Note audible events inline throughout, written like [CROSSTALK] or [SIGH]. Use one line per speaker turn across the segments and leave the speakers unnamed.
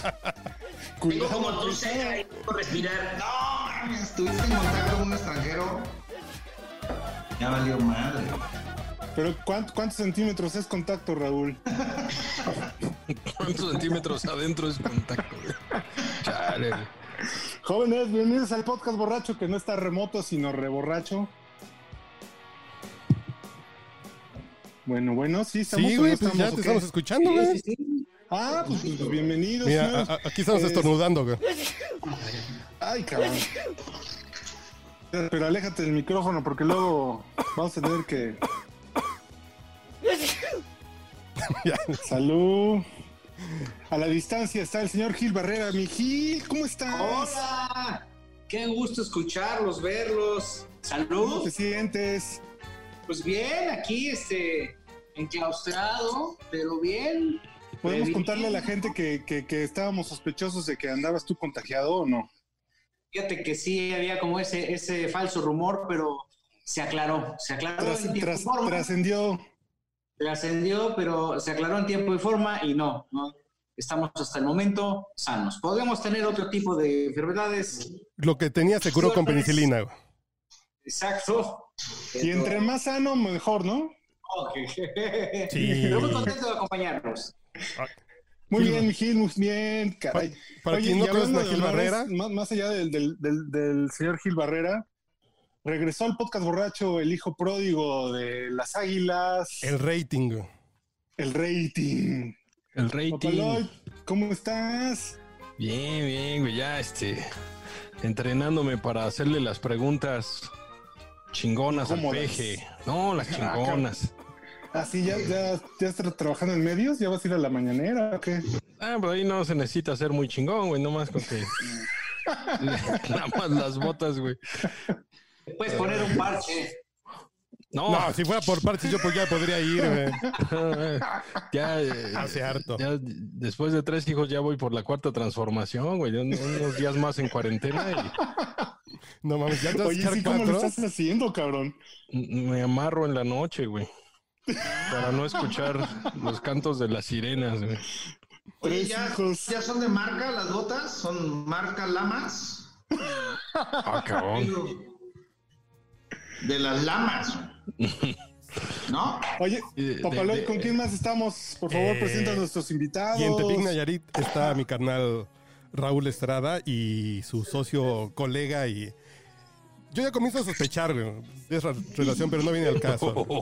Tengo
Cuidado,
como tú ahí por respirar.
No mames, estuviste en contacto con un extranjero. Ya valió madre.
pero ¿cuánt- ¿cuántos centímetros es contacto, Raúl?
¿Cuántos centímetros adentro es contacto? güey? Chale. güey.
Jóvenes, bienvenidos al podcast borracho que no está remoto, sino reborracho. Bueno, bueno, sí, estamos
Sí,
o no
güey, pues
estamos,
ya
¿o
te
qué?
estamos escuchando, güey.
Ah, pues, pues, bienvenidos.
Mira,
señores.
a- a- aquí estamos
Es-
estornudando, güey.
Ay, cabrón. Pero aléjate del micrófono porque luego vamos a tener que. [LAUGHS]
Ya.
Salud. A la distancia está el señor Gil Barrera. Mi Gil, ¿cómo estás?
¡Hola! Qué gusto escucharlos, verlos.
¿Cómo te
Salud.
sientes?
Pues bien, aquí este enclaustrado, pero bien.
¿Podemos
Prevenido.
contarle a la gente que, que- que estábamos sospechosos de que andabas tú contagiado o no?
Fíjate que sí había como ese ese falso rumor, pero se aclaró, se aclaró
Tras-
en tiempo
tras-
y forma.
trascendió.
Trascendió, pero se aclaró en tiempo y forma y no, no. Estamos hasta el momento sanos. Podemos tener otro tipo de enfermedades.
Lo que tenía se curó con penicilina, güey.
Exacto.
Y entre más sano, mejor, ¿no?
Ok.
[LAUGHS]
Sí.
Pero muy contento de acompañarnos.
Muy
Sí,
bien, mi Gil, muy bien, caray.
Ah, Para
Oye,
quien no
y hablando
conozca
de
a Gil
honores,
Barrera,
Más, más allá del, del- del- del señor Gil Barrera, regresó al podcast borracho el hijo pródigo de las águilas, el,
el rating, güey.
rating.
El rating.
Papaloy, ¿cómo estás?
Bien, bien, güey. Ya este. Entrenándome para hacerle las preguntas chingonas al
Cómodas.
peje. No, las chingonas.
Así Ah, ya, ya, ya estás trabajando en medios, ya vas a ir a la mañanera o qué?
Ah, pero ahí no se necesita ser muy chingón, güey. Nomás con que. [LAUGHS] Nada más las botas, güey.
Te Puedes poner un parche.
No,
Oh.
No, si fuera por partes yo pues ya podría ir, güey.
[LAUGHS]
Ah,
ya. eh,
Hace harto.
Ya, después de tres hijos ya voy por la cuarta transformación, güey. Un- Unos días más en cuarentena
No mames, ya te vas a
Oye,
echar
sí, ¿cómo lo
cuatro.
estás haciendo, cabrón?
y m- me amarro en la noche, güey. Para no escuchar los cantos de las sirenas, güey.
Tres
Oye, ya,
hijos.
ya son de marca las botas, son marca Lamas.
Ah, cabrón.
De las
[LAUGHS]
Lamas. ¿No?
Oye,
Y de-
Papaloy,
de-
¿con quién más estamos? Por favor,
Eh,
presenta a nuestros invitados.
Y en Tepic Nayarit está mi carnal Raúl Estrada y su socio, colega y... Yo ya comienzo a sospechar, güey, de esa relación, pero no viene al caso. güey.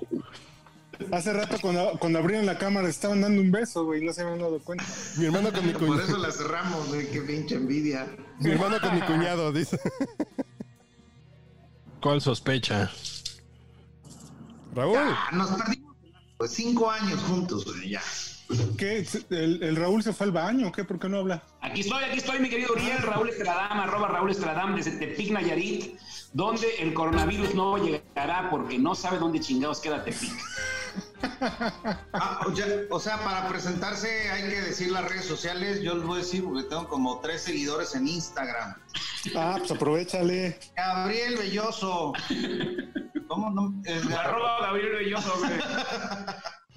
Hace rato cuando, cuando abrieron la cámara estaban dando un beso, güey, no se habían dado cuenta.
Mi hermano con mi
Por
cuñado.
eso las cerramos, güey, qué pinche envidia.
Mi hermano con mi cuñado, dice. [LAUGHS]
¿Cuál sospecha?
Raúl.
Ah, Nos perdimos pues, cinco años juntos, güey, ya.
¿Qué? ¿El, el Raúl se fue al baño? o ¿Qué? ¿Por qué no habla?
Aquí estoy, aquí estoy, mi querido Uriel, Raúl Estradam, arroba Raúl Estradam, desde Tepic, Nayarit, donde el coronavirus no llegará porque no sabe dónde chingados queda Tepic.
Ah, o ya- o sea, para presentarse hay que decir las redes sociales. Yo les voy a decir porque tengo como tres seguidores en Instagram.
Ah, pues aprovechale.
Gabriel Belloso. ¿Cómo no? Es
[LAUGHS]
Gab-
Arroba Gabriel Belloso, güey.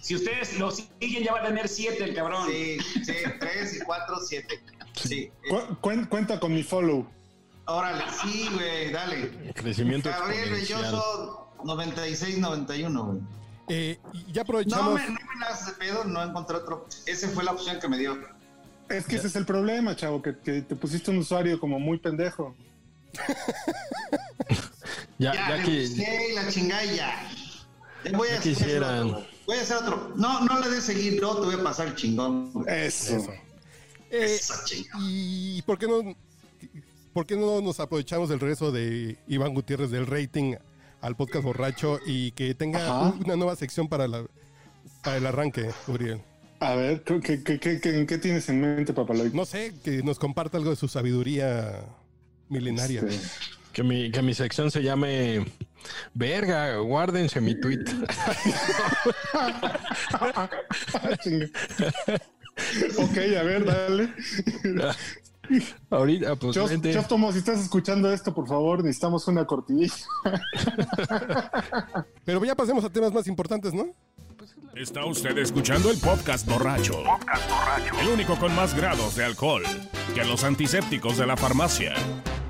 Si ustedes lo siguen, ya va a tener siete el cabrón.
Sí, sí, tres y cuatro, siete. Sí. eh,
Cu- cuen- cuenta con mi follow.
Órale, sí, güey, dale.
Crecimiento
Gabriel
exponencial.
Belloso, 96-91, güey.
Eh, y ya
No
aprovechamos.
me, no me las de pedo, no encontré otro. Esa fue la opción que me dio.
Es que ese es el problema, chavo, que, que te pusiste un usuario como muy pendejo.
Ya,
Ya,
ya
le
que
busqué y la chingada y ya. Te Voy a,
Ya
voy a hacer
quisieran.
otro. Voy a hacer otro. No, no le des seguir, no te voy a pasar el chingón. güey.
Eso.
Eh,
Esa chingada.
¿Y por qué no ¿por qué no nos aprovechamos del regreso de Iván Gutiérrez del rating al podcast borracho y que tenga
Ajá.
una nueva sección para, la, para el arranque, Uriel?
A ver, ¿qué, qué, qué, qué- qué- qué tienes en mente,
[LAUGHS]
Papaloy?
No sé, que nos comparta algo de su sabiduría milenaria.
Este,
Que mi, que mi sección se llame Verga, guárdense mi tweet. [LAUGHS]
ah, [LAUGHS] chinga. ok, a ver, dale.
Ahorita, pues
Chof,
vente.
Chof Tomo, si estás escuchando esto, por favor, necesitamos una cortinilla.
Pero ya pasemos a temas más importantes, ¿no?
Está usted escuchando el podcast borracho. El único con más grados de alcohol que los antisépticos de la farmacia.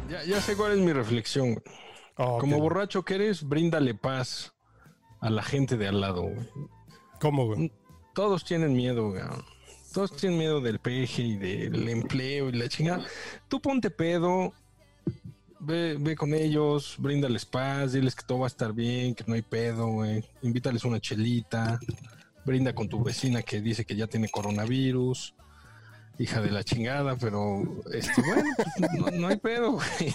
Ya, ya sé cuál es mi reflexión. güey. Como borracho que eres, bríndale paz a la gente de al lado. güey.
¿Cómo, güey?
Todos tienen miedo, güey. Todos tienen miedo del peje y del empleo y la chingada. Tú ponte pedo, ve, ve con ellos, bríndales paz, diles que todo va a estar bien, que no hay pedo, güey. Invítales una chelita, brinda con tu vecina que dice que ya tiene coronavirus. Hija de la chingada, pero este, bueno, pues, no, no hay pedo, güey.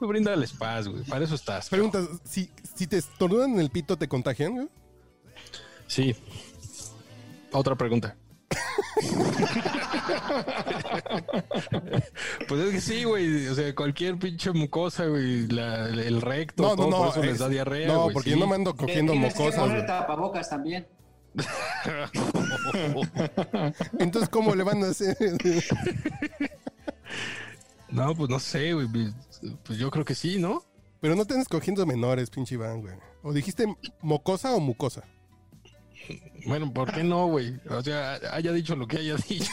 Tú bríndales paz, güey. Para eso estás. cabrón.
Preguntas, si, si te estornudan en el pito, ¿te contagian? güey?
Sí.
[LAUGHS]
Otra pregunta. pues es que sí, güey. O sea, cualquier pinche mucosa, güey. la- el recto,
No, no,
todo,
no.
por eso les
es-
da diarrea.
no,
güey,
porque
sí.
yo no me ando cogiendo
Tienes que
mocosas.
poner
güey.
tapabocas también.
Entonces, ¿cómo le van a hacer?
No, pues no sé, güey. Pues yo creo que sí, ¿no?
Pero no te andes cogiendo menores, pinche Iván, güey. ¿O dijiste mocosa o mucosa?
Bueno, ¿por qué no, güey? O sea, haya dicho lo que haya [LAUGHS] dicho.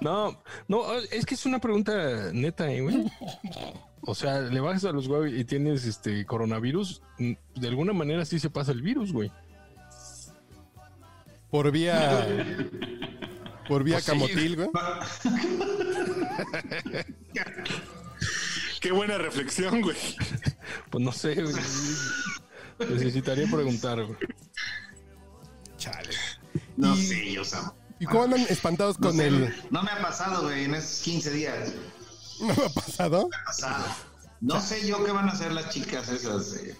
No, no, es que es una pregunta neta, eh, güey. O sea, le bajas a los huevos y tienes este coronavirus, mm, de alguna manera sí se pasa el virus, güey.
Por
[LAUGHS]
vía. Por vía
Pues sí.
camotil, güey.
Qué buena reflexión, güey.
Pues no sé, güey. necesitaría preguntar. güey.
Chale.
No
Y-
sé, yo Sam.
¿Y cómo andan espantados
No
con
sé,
el.
No me ha pasado, güey, en esos 15 días.
¿No me ha pasado?
Pasado. No sé yo qué van a hacer las chicas esas. eh.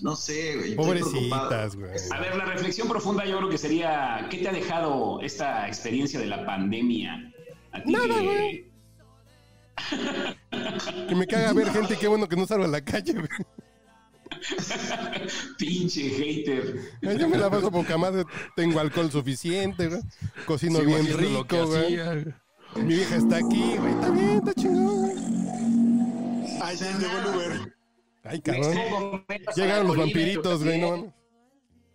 No sé, güey. estoy preocupado.
Pobrecitas, güey.
A ver, la reflexión profunda yo creo que sería, ¿qué te ha dejado esta experiencia de la pandemia? A ti
Nada,
que-
güey. Que me caga ver gente, qué bueno que no salgo a la calle, güey.
Pinche hater.
Ay, Yo me la paso poca madre, tengo alcohol suficiente, güey. Cocino
Sigo
bien
haciendo lo que
rico, güey.
hacía, güey.
Mi vieja está aquí, güey. Está bien, está chingón, güey.
Ay, ya llegó el Uber.
Ay, cabrón. Llegaron los vampiritos, güey, no mames.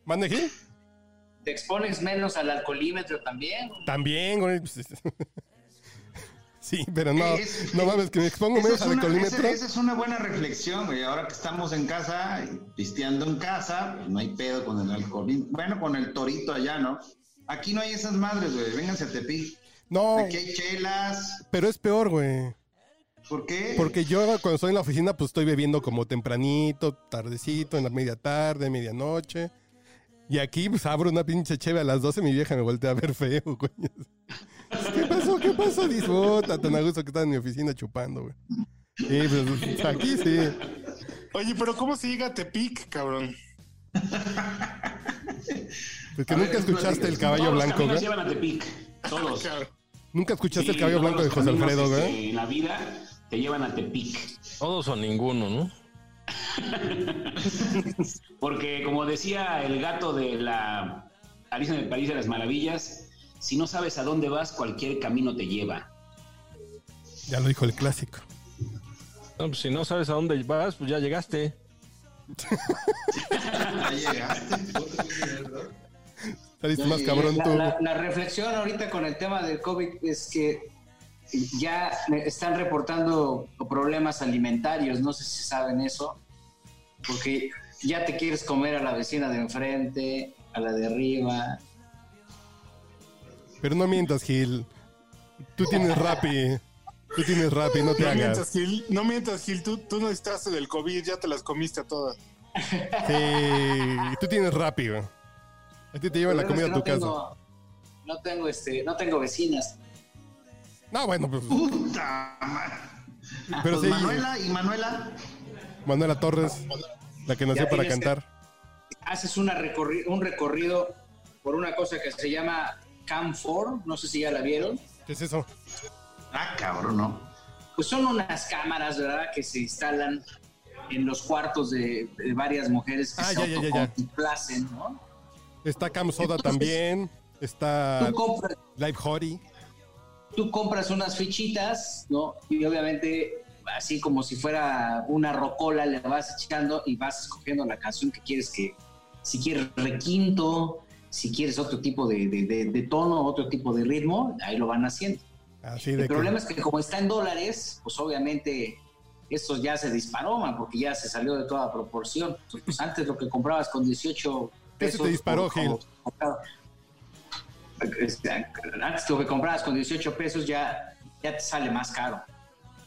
¿Manejé?
Te expones menos al alcoholímetro también.
También, güey. [LAUGHS] pues, Sí, pero no,
Es-
no mames, que me expongo
Esa
menos
es,
al
una,
alcoholímetro.
esa- esa es una buena reflexión, güey. Ahora que estamos en casa, y pisteando en casa, pues, no hay pedo con el alcohol. Bueno, con el torito allá, ¿no? Aquí no hay esas madres, güey. Vénganse a Tepic.
No,
Aquí hay chelas.
pero es peor, güey.
¿Por qué?
Porque yo cuando estoy en la oficina, pues estoy bebiendo como tempranito, tardecito, en la media tarde, medianoche. Y aquí, pues abro una pinche cheve a las 12, mi vieja me voltea a ver feo, [LAUGHS] güey. ¿Qué pasó? ¿Qué pasó? Disfruta, tan a gusto que estaba en mi oficina chupando, güey. Sí, pues aquí sí.
Oye, pero ¿cómo se llega a Tepic, cabrón?
Porque
A ver,
Pues, nunca escuchaste el caballo
Todos los
blanco,
caminos
güey.
llevan a Tepic. Todos.
Nunca escuchaste el
Sí,
caballo
todos
blanco de
los
José
caminos,
Alfredo,
este,
güey.
En la vida te llevan a Tepic.
Todos o ninguno, ¿no?
Porque como decía el gato de la Alicia en el País de las Maravillas, si no sabes a dónde vas, cualquier camino te lleva.
Ya lo dijo el clásico.
No, pues si no sabes a dónde vas, pues ya llegaste.
Ya llegaste.
Saliste
Ya
más
llegué.
cabrón tú.
La,
güey.
la- la reflexión ahorita con el tema del COVID es que ya están reportando problemas alimentarios, no sé si saben eso, porque ya te quieres comer a la vecina de enfrente, a la de arriba.
Pero no mientas, Gil. Tú tienes Rappi. Tú tienes Rappi, no te
No
hagas.
mientas, Gil, no mientas, Gil, tú, tú no estás del COVID, ya te las comiste a todas.
Sí, tú tienes rápido. A ti te llevan la
El
comida a
problema
tu
es que no
casa.
tengo- No tengo, este, no tengo vecinas.
No, bueno, pues
Puta madre.
Pero
Pues
sí,
Manuela y Manuela.
Manuela Torres, la que nació
Ya
para
tienes que-
cantar.
haces una recorri- un recorrido por una cosa que se llama Camfor, no sé si ya la vieron.
¿Qué es eso?
Ah, cabrón, ¿no?
Pues son unas cámaras, ¿verdad?, que se instalan en los cuartos de, de varias mujeres que
Ah,
se
ya, ya, ya, ya.
autocomplacen, ¿no?
Está Cam Soda también. Está
Tú compras,
Live Hori.
tú compras unas fichitas, ¿no? Y obviamente, así como si fuera una rocola, le vas echando y vas escogiendo la canción que quieres que, si quieres requinto, si quieres otro tipo de, de- de- de tono, otro tipo de ritmo, ahí lo van haciendo.
Así
El
de que.
problema es que como está en dólares, pues obviamente esto ya se disparó, man, porque ya se salió de toda proporción. Entonces, pues, antes lo que comprabas con 18
te
pesos...
disparó,
por- como- Este, Antes lo que comprabas con 18 pesos ya, ya te sale más caro.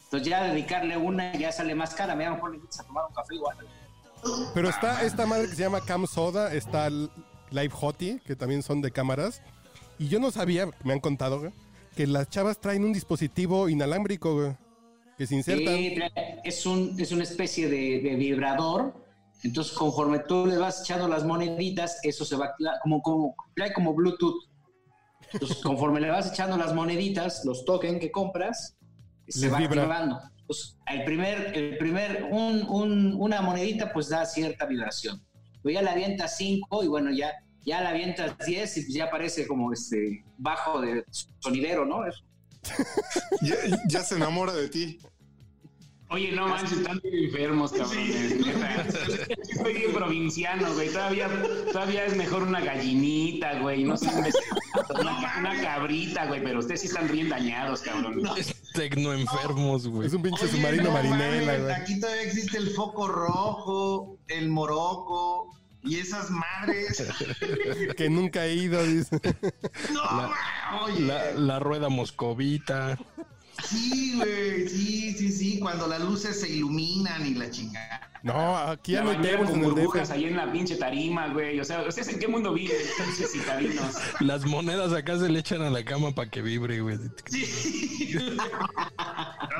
Entonces ya dedicarle una ya sale más cara. Me llaman, ponle a tomar un café igual.
Pero está esta madre que se llama Cam Soda, está L- Live Hottie, que también son de cámaras. Y yo no sabía, me han contado, güey, que las chavas traen un dispositivo inalámbrico, güey, que se insertan.
Sí, trae- es, un, es una especie de, de vibrador. Entonces, conforme tú le vas echando las moneditas, eso se va activa- como, como, trae como Bluetooth.
[LAUGHS]
Entonces, conforme le vas echando las moneditas, los token que compras, se
Les
va
vibra.
activando. Entonces, el primer, el primer un- un- una monedita pues da cierta vibración. Pero ya la avientas 5 y bueno, ya, ya la avientas 10 y pues, ya parece como este bajo de sonidero, ¿no? Es-
Ya, ya se enamora de ti.
Oye, no manches, están bien enfermos, cabrones, neta. Estoy bien provinciano, güey. Todavía, todavía es mejor una gallinita, güey. No sé, un becerro, una, una cabrita, güey. Pero ustedes sí están bien dañados, cabrones.
Tecnoenfermos, güey.
Es un pinche
Oye,
submarino
no
marinela,
mames,
güey.
Aquí todavía existe el foco rojo, el moroco y
[LAUGHS]
esas madres.
Que nunca he ido, dice.
No,
La-
ma- oye.
La, la rueda moscovita.
Sí, güey, sí, sí, sí. Cuando las luces se iluminan y la chingada.
No, aquí
La
ya no hay
bañera
tables
con
en el
burbujas
DF.
ahí en la pinche tarima, güey. O sea, ¿ustedes en qué mundo viven, pinches citadinos?
Las monedas acá se le echan a la cama para que vibre, güey.
Sí.
No,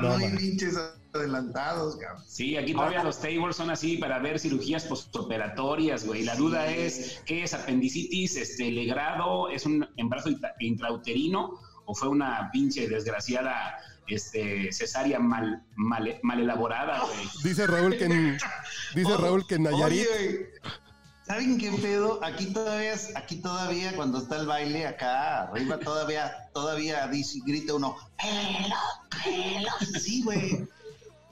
No, hay
man.
pinches adelantados, cabrón.
Sí, aquí
Ah.
todavía los tables son así para ver cirugías postoperatorias, güey. La duda es, ¿qué es apendicitis? Este, ¿Legrado? ¿Es un embarazo intra- intrauterino? ¿O fue una pinche desgraciada este, cesárea mal, mal, mal elaborada, güey?
Dice Raúl que en, dice Raúl que en Nayarit.
Oye, ¿saben qué pedo? Aquí todavía, es- aquí todavía cuando está el baile acá arriba todavía, todavía dice, grita uno, pelo, pelo. Sí, güey.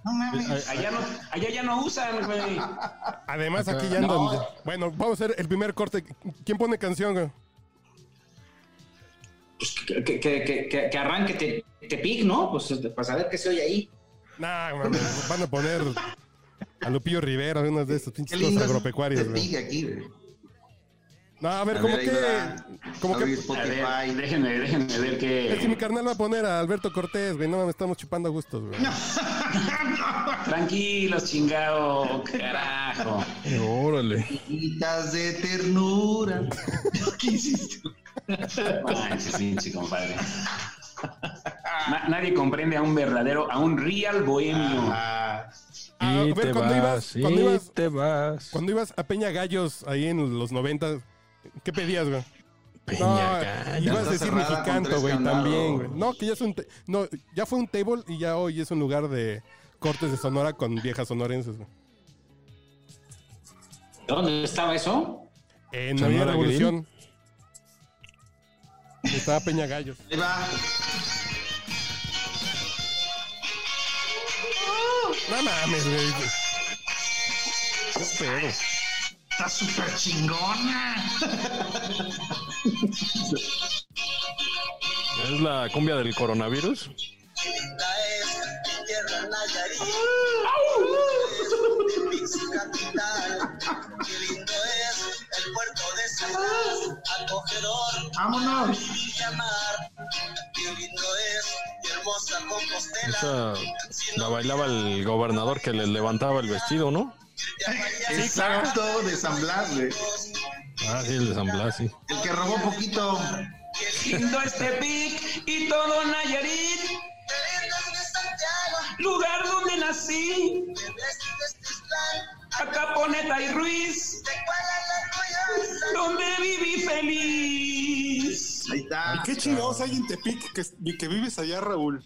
No mames.
Allá, no, allá ya no usan, güey.
Además, aquí ya andan. Bueno, vamos a hacer el primer corte. ¿Quién pone canción? güey?
pues, que, que, que, que, que arranque te, Tepic, ¿no? Pues este, para saber qué se oye ahí.
Nah, mames, van a poner a Lupillo Rivera, unas de esas
Qué
pinches
lindo
cosas
es
agropecuarias,
este
güey.
pique aquí, güey.
No, a ver,
A
como
ver, ahí
que.
va.
Como
Abrir
que.
A ver,
Spotify.
déjenme, déjenme ver
Es que mi
que...
carnal va a poner a Alberto Cortés, güey. No me estamos chupando a gustos, güey.
Tranquilos, chingado, carajo.
Eh, Órale.
Quitas de ternura. ¿Qué hiciste?
No manches, pinche compadre. Na- nadie comprende a un verdadero, a un real bohemio.
Ah,
Ah, a
Y
ver,
te
cuando
vas,
ibas-
y
cuando ibas-
te vas.
Cuando ibas a Peña Gallos ahí en los 90, ¿qué pedías, güey?
Peña
No, eh.
Gallo.
ibas a
Está
decir
cerrada con
mexicanto,
tres
güey,
candados.
también, güey. No, que ya es un ta- no, ya fue un table y ya hoy es un lugar de cortes de Sonora con viejas sonorenses, güey.
¿Dónde estaba eso?
En la Avenida
¿Sonora
Revolución. Estaba Peña Gallos.
ahí va.
No mames, güey.
Está súper chingona.
Es la cumbia del coronavirus.
Vámonos.
Esa la bailaba el gobernador que le levantaba el vestido, ¿no?
Exacto, de San Blas, güey.
Ah, sí, el de San Blas, sí.
El que robó poquito.
Lindo este pic y todo Nayarit. Lugar donde así. Acá pone y Ruiz, donde viví feliz.
Ahí está.
Ay, qué chingados hay en Tepic que, que vives allá, Raúl.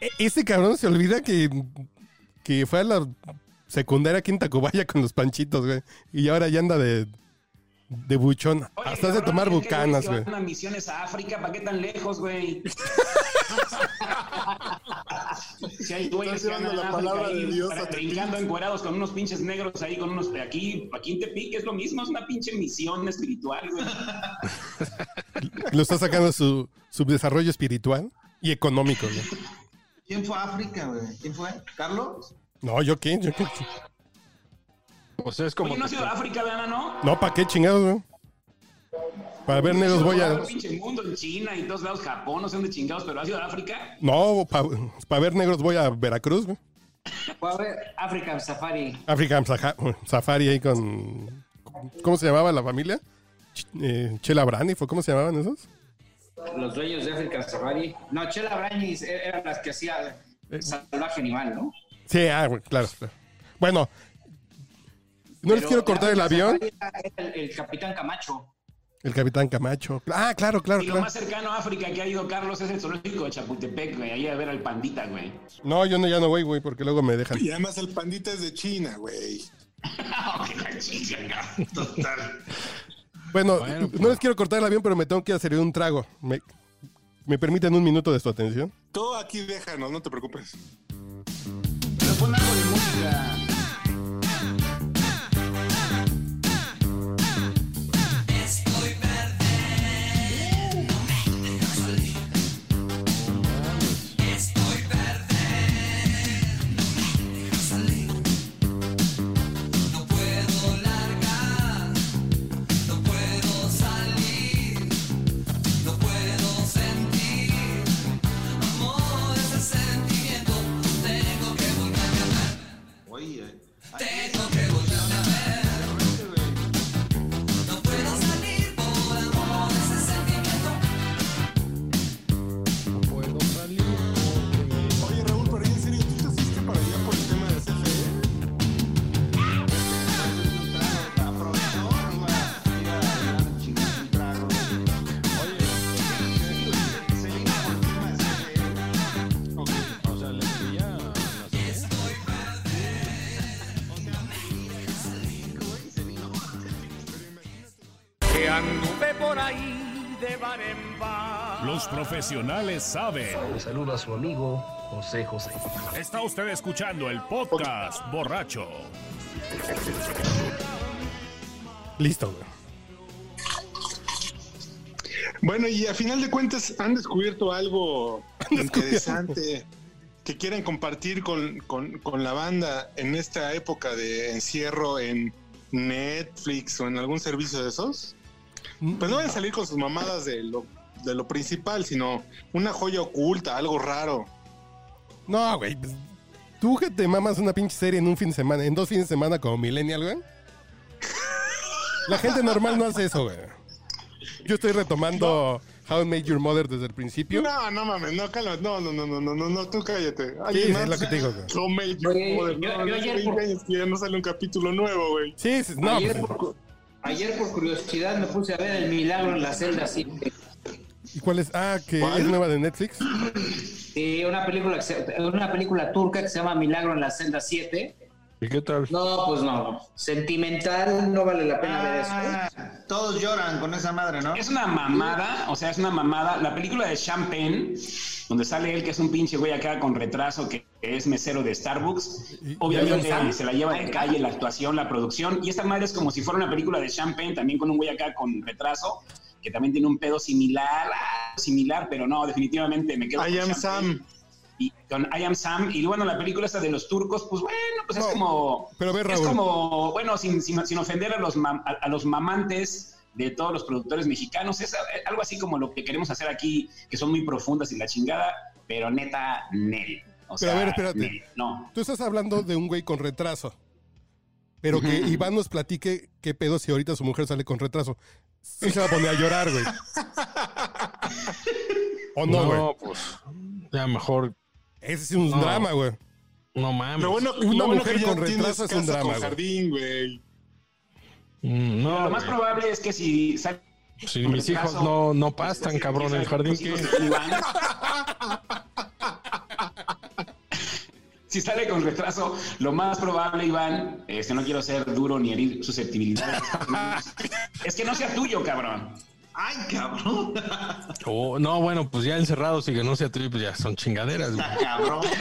E- Ese cabrón se olvida que, que fue a la secundaria aquí en Tacubaya con los panchitos, güey. Y ahora ya anda de, de buchón.
Oye,
Hasta hace
cabrón,
tomar
¿qué güeyes
bucanas,
que
güey.
Van a misiones a África, ¿para qué tan
[LAUGHS]
lejos, güey? Si hay güeyes
Estás
que
llevando
andan en
la
África
palabra
ahí
de Dios
para-
a Tepic.
brincando encuerados con unos pinches negros ahí, con unos aquí, aquí en Tepic es lo mismo, es una pinche misión espiritual,
[LAUGHS]
güey.
Lo está sacando su subdesarrollo espiritual y económico, güey.
¿Quién fue a África, güey? ¿Quién fue? ¿Carlos?
No, yo qué, yo qué.
O sea, Pues es como.
Oye, no ha
que-
sido África, ¿verdad, no?
No, ¿para qué chingados, güey? Para ver negros voy a.
Todo el pinche mundo en China y en todos lados, Japón, no sé dónde chingados, pero ha sido África.
No, para ver negros voy a Veracruz, güey.
Fue a ver África Safari.
África Saja- Safari ahí con. ¿Cómo se llamaba la familia? Ch- eh, Chela Brani, ¿fue? ¿Cómo se llamaban esos?
Los dueños de África Safari. No, Chela Brañis er- eran las que hacía salvaje animal, ¿no?
Sí, ah, güey, claro, claro. Bueno, no les
Pero
quiero cortar el
África
avión.
Safari era El, el capitán Camacho.
El capitán Camacho. Ah, claro, claro,
Y lo
claro.
más cercano a África que ha ido Carlos es el zoológico de Chapultepec, güey, ahí a ver al pandita, güey. [LAUGHS]
No, yo no, ya no voy, güey, porque luego me dejan.
Y además el pandita es de China, güey.
Ah, qué la chinga,
Total.
Bueno, pues.
Bueno,
no les quiero cortar el avión, pero me tengo que hacer un trago. ¿Me, me permiten un minuto de su atención?
Todo aquí déjanos, no te preocupes.
Pero pon algo de música. Oye. Tengo que volver a ver.
No puedo salir porque me-
Oye, Raúl, pero ya en serio, ¿tú te fuiste para allá por el tema de E? CFE?
Aprovechó, iba a ir a dar un chingo de trago. Oye, se vino por el tema de CFE.
O sea, le escribía. a las-
Los profesionales saben. Saluda a su amigo José José. Está usted escuchando el podcast borracho.
Listo, güey.
Bueno, y a final de cuentas han descubierto algo interesante que quieren compartir con, con- con la banda en esta época de encierro en Netflix o en algún servicio de esos. Pues no van a salir con sus mamadas de lo, de lo principal, sino una joya oculta, algo raro.
No, güey. pues, Tú que te mamas una pinche serie en un fin de semana, en dos fines de semana como millennial, güey. La gente normal no hace eso, güey. Yo estoy retomando How I Made Your Mother desde el principio.
No, no mames, no, cálmate, no, no, no, no, no, no, no, tú cállate.
Sí,
Alguien
es
más.
lo que te digo, güey.
Tome el-
Oye,
joder,
yo-
no,
yo
hace
ayer
20
por-
años que ya no sale un capítulo nuevo, güey.
Sí, sí, no.
ayer,
pues,
por, cu- ayer por curiosidad me puse a ver El Milagro en la celda 7.
¿Y cuál es? Ah, que
¿Cuál?
es nueva de Netflix.
Sí, eh, una película, que se- una película turca que se llama Milagro en la celda 7.
¿Y qué tal?
No, pues no. Sentimental, no vale la pena ver eso.
Ah, Todos lloran con esa madre, ¿no?
Es una mamada, o sea, es una mamada. La película de Champagne, donde sale él que es un pinche güey acá con retraso, que es mesero de Starbucks,
Y- y
obviamente
ahí está.
se la lleva de calle la actuación, la producción. Y esta madre es como si fuera una película de Champagne, también con un güey acá con retraso, que también tiene un pedo similar, ah, similar, pero no, definitivamente me quedo
I
con
am
Champagne.
Sam.
Y con I am Sam. Y bueno, la película esa de los turcos, pues bueno, pues es
No,
como.
pero a ver,
Es
Raúl.
como, bueno, sin, sin, sin ofender a los, mam- a, a los mamantes de todos los productores mexicanos, es a- algo así como lo que queremos hacer aquí, que son muy profundas y la chingada, pero neta, Nel. O
Pero
sea,
a ver, espérate.
nel, no.
Tú estás hablando de un güey con retraso. Pero que Iván nos platique qué pedo si ahorita su mujer sale con retraso. Sí se va a poner a llorar, güey. O no, güey.
pues. Ya mejor.
Ese es un
No. Pues,
drama, güey.
No mames.
Lo bueno,
Una
lo bueno
mujer
que ya
con
tienes
retraso es un
casa
drama,
con
güey.
jardín, güey.
Mm, No,
Lo más
güey.
probable es que si sale
si mis hijos no, no pastan, cabrón, en el jardín, ¿qué?
[LAUGHS] Si sale con retraso, lo más probable, Iván, es que no quiero ser duro ni
[LAUGHS]
herir susceptibilidades. es que no sea tuyo, cabrón.
Ay, cabrón.
Oh, no, bueno, pues ya encerrados y que no sea tuyo, pues ya son chingaderas, güey.
Ah,
Está cabrón.
Pues,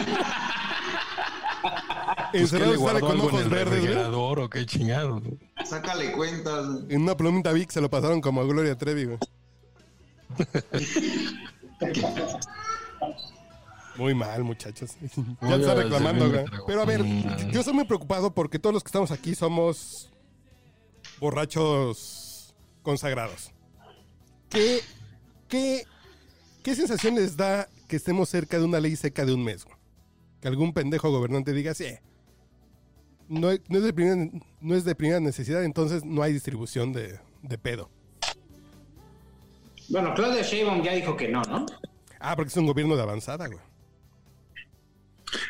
¿qué
Encerrado sale
le guardó
con
algo en
ojos
el
verdes, güey.
refrigerador o qué chingados? güey?
Sácale cuentas.
En una plumita Vic se lo pasaron como a Gloria Trevi, güey. Muy mal, muchachos. Ya
Muy
está
mal,
reclamando,
se me
güey.
tragó.
Pero a ver,
Mm.
yo estoy muy preocupado porque todos los que estamos aquí somos borrachos consagrados. ¿Qué, qué, qué sensación les da que estemos cerca de una ley seca de un mes? güey? Que algún pendejo gobernante diga, sí, no, no es de primera, no es de primera necesidad, entonces no hay distribución de, de pedo.
Bueno, Claudia Sheinbaum ya dijo que no, ¿no?
Ah, porque es un gobierno de avanzada, güey.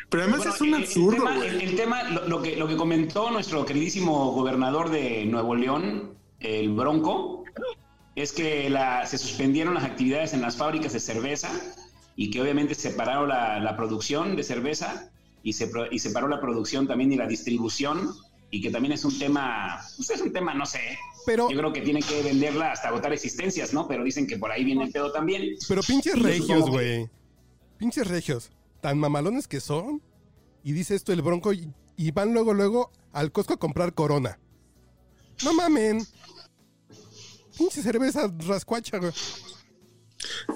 Pero además
Bueno,
es un
el-
absurdo,
El tema,
güey.
el- el tema, lo, lo que, lo que comentó nuestro queridísimo gobernador de Nuevo León, el Bronco, es que la- se suspendieron las actividades en las fábricas de cerveza y que obviamente separaron la, la producción de cerveza y, se, pro- y separó la producción también y la distribución y que también es un tema, pues, es un tema, no sé,
Pero,
yo creo que tienen que venderla hasta agotar existencias, ¿no? Pero dicen que por ahí viene el pedo también.
pero pinches
Yo
regios,
supongo que-
güey. Pinches regios. Tan mamalones que son. Y dice esto el bronco y, y van luego, luego al Costco a comprar corona. No mamen. Pinche cerveza rascuacha, güey.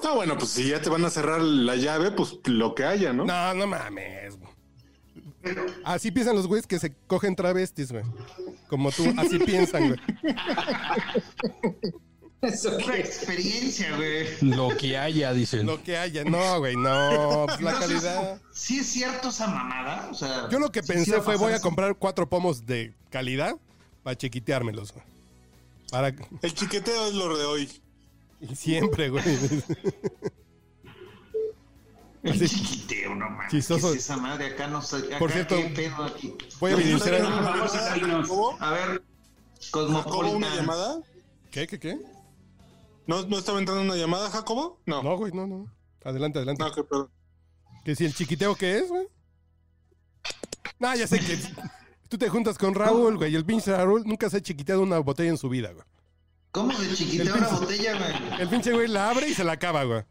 Ah, bueno, pues si ya te van a cerrar la llave, pues lo que haya, ¿no?
No, no mames. güey. Así piensan los güeyes que se cogen travestis, güey. Como tú, así piensan, güey.
Eso
Una
que-
experiencia, güey.
Lo que haya, dicen.
Lo que haya. No, güey, no. Pues, la calidad.
Sí es cierto esa mamada. O sea,
Yo lo que
sí va
pensé fue
pasar
voy a
eso.
comprar cuatro pomos de calidad para chiquiteármelos. güey. Para
El chiqueteo es lo de hoy.
y siempre, güey.
El
Así,
chiquiteo, no mames.
Chistoso.
¿Qué es esa madre acá no sé. Acá
Por cierto,
qué pedo aquí.
voy a evidenciar.
Vamos a salirnos.
¿Cómo?
A ver,
¿Jacobo una
Cosmopolitan.
llamada?
¿Qué, qué, qué?
¿No, ¿No estaba entrando una llamada, Jacobo? No.
No, güey, no, no. Adelante, adelante.
No, que perdón.
Que si el chiquiteo que es, güey. No, ya sé que tú te juntas con Raúl, güey. Y el pinche Raúl nunca se ha chiquiteado una botella en su vida, güey.
¿Cómo se chiquiteo una botella, güey?
El pinche güey la abre y se la acaba, güey.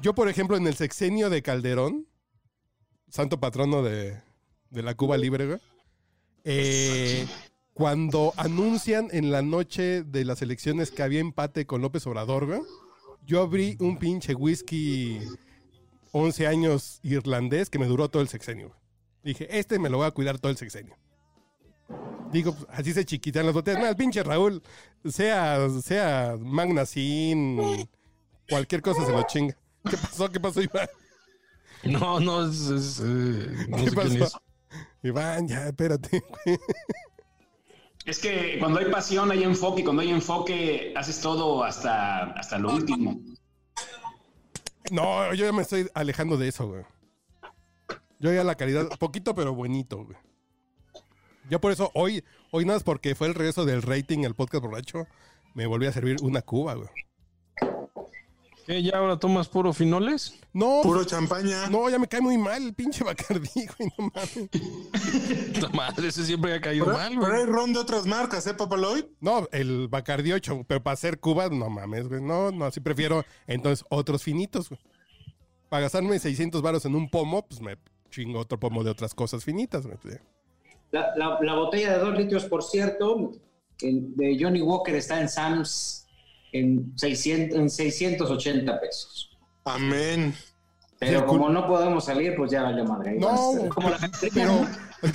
Yo, por ejemplo, en el sexenio de Calderón, santo patrono de, de la Cuba Libre, güey, eh, cuando anuncian en la noche de las elecciones que había empate con López Obrador, güey, yo abrí un pinche whisky 11 años irlandés que me duró todo el sexenio. güey. Dije, este me lo voy a cuidar todo el sexenio. Digo, pues, así se chiquitan las botellas. No, el pinche Raúl, sea, sea Magnacín, cualquier cosa se lo chinga. ¿Qué pasó? ¿Qué pasó, Iván?
No, no, es, es, eh, no
¿Qué
sé quién es.
pasó? Iván, ya, espérate.
Es que cuando hay pasión hay enfoque y cuando hay enfoque haces todo hasta, hasta lo último.
No, yo ya me estoy alejando de eso, güey. Yo ya la calidad, poquito pero buenito, güey. Yo por eso hoy, hoy nada más porque fue el regreso del rating al podcast borracho, me volví a servir una cuba, güey.
¿Qué, ya ahora tomas puro finoles? [LAUGHS]
No,
Puro champaña.
no, ya me cae muy mal el pinche Bacardí, [LAUGHS] güey, no mames.
La madre, ese siempre ha caído
pero,
mal,
pero
güey.
hay ron de otras marcas, ¿eh, Papaloid?
No, el Bacardí 8, pero para hacer Cuba, no mames, güey. No, no, así prefiero entonces otros finitos, güey. Para gastarme 600 varos en un pomo, pues me chingo otro pomo de otras cosas finitas, güey.
La, la- la botella de 2 litros, por cierto, en- de Johnny Walker está en Sam's en, 600, en 680 pesos.
Amén.
Sí,
Pero
cool.
como no podemos salir, pues ya valió madre. Ahí
No,
vas a estar. como la
Pero,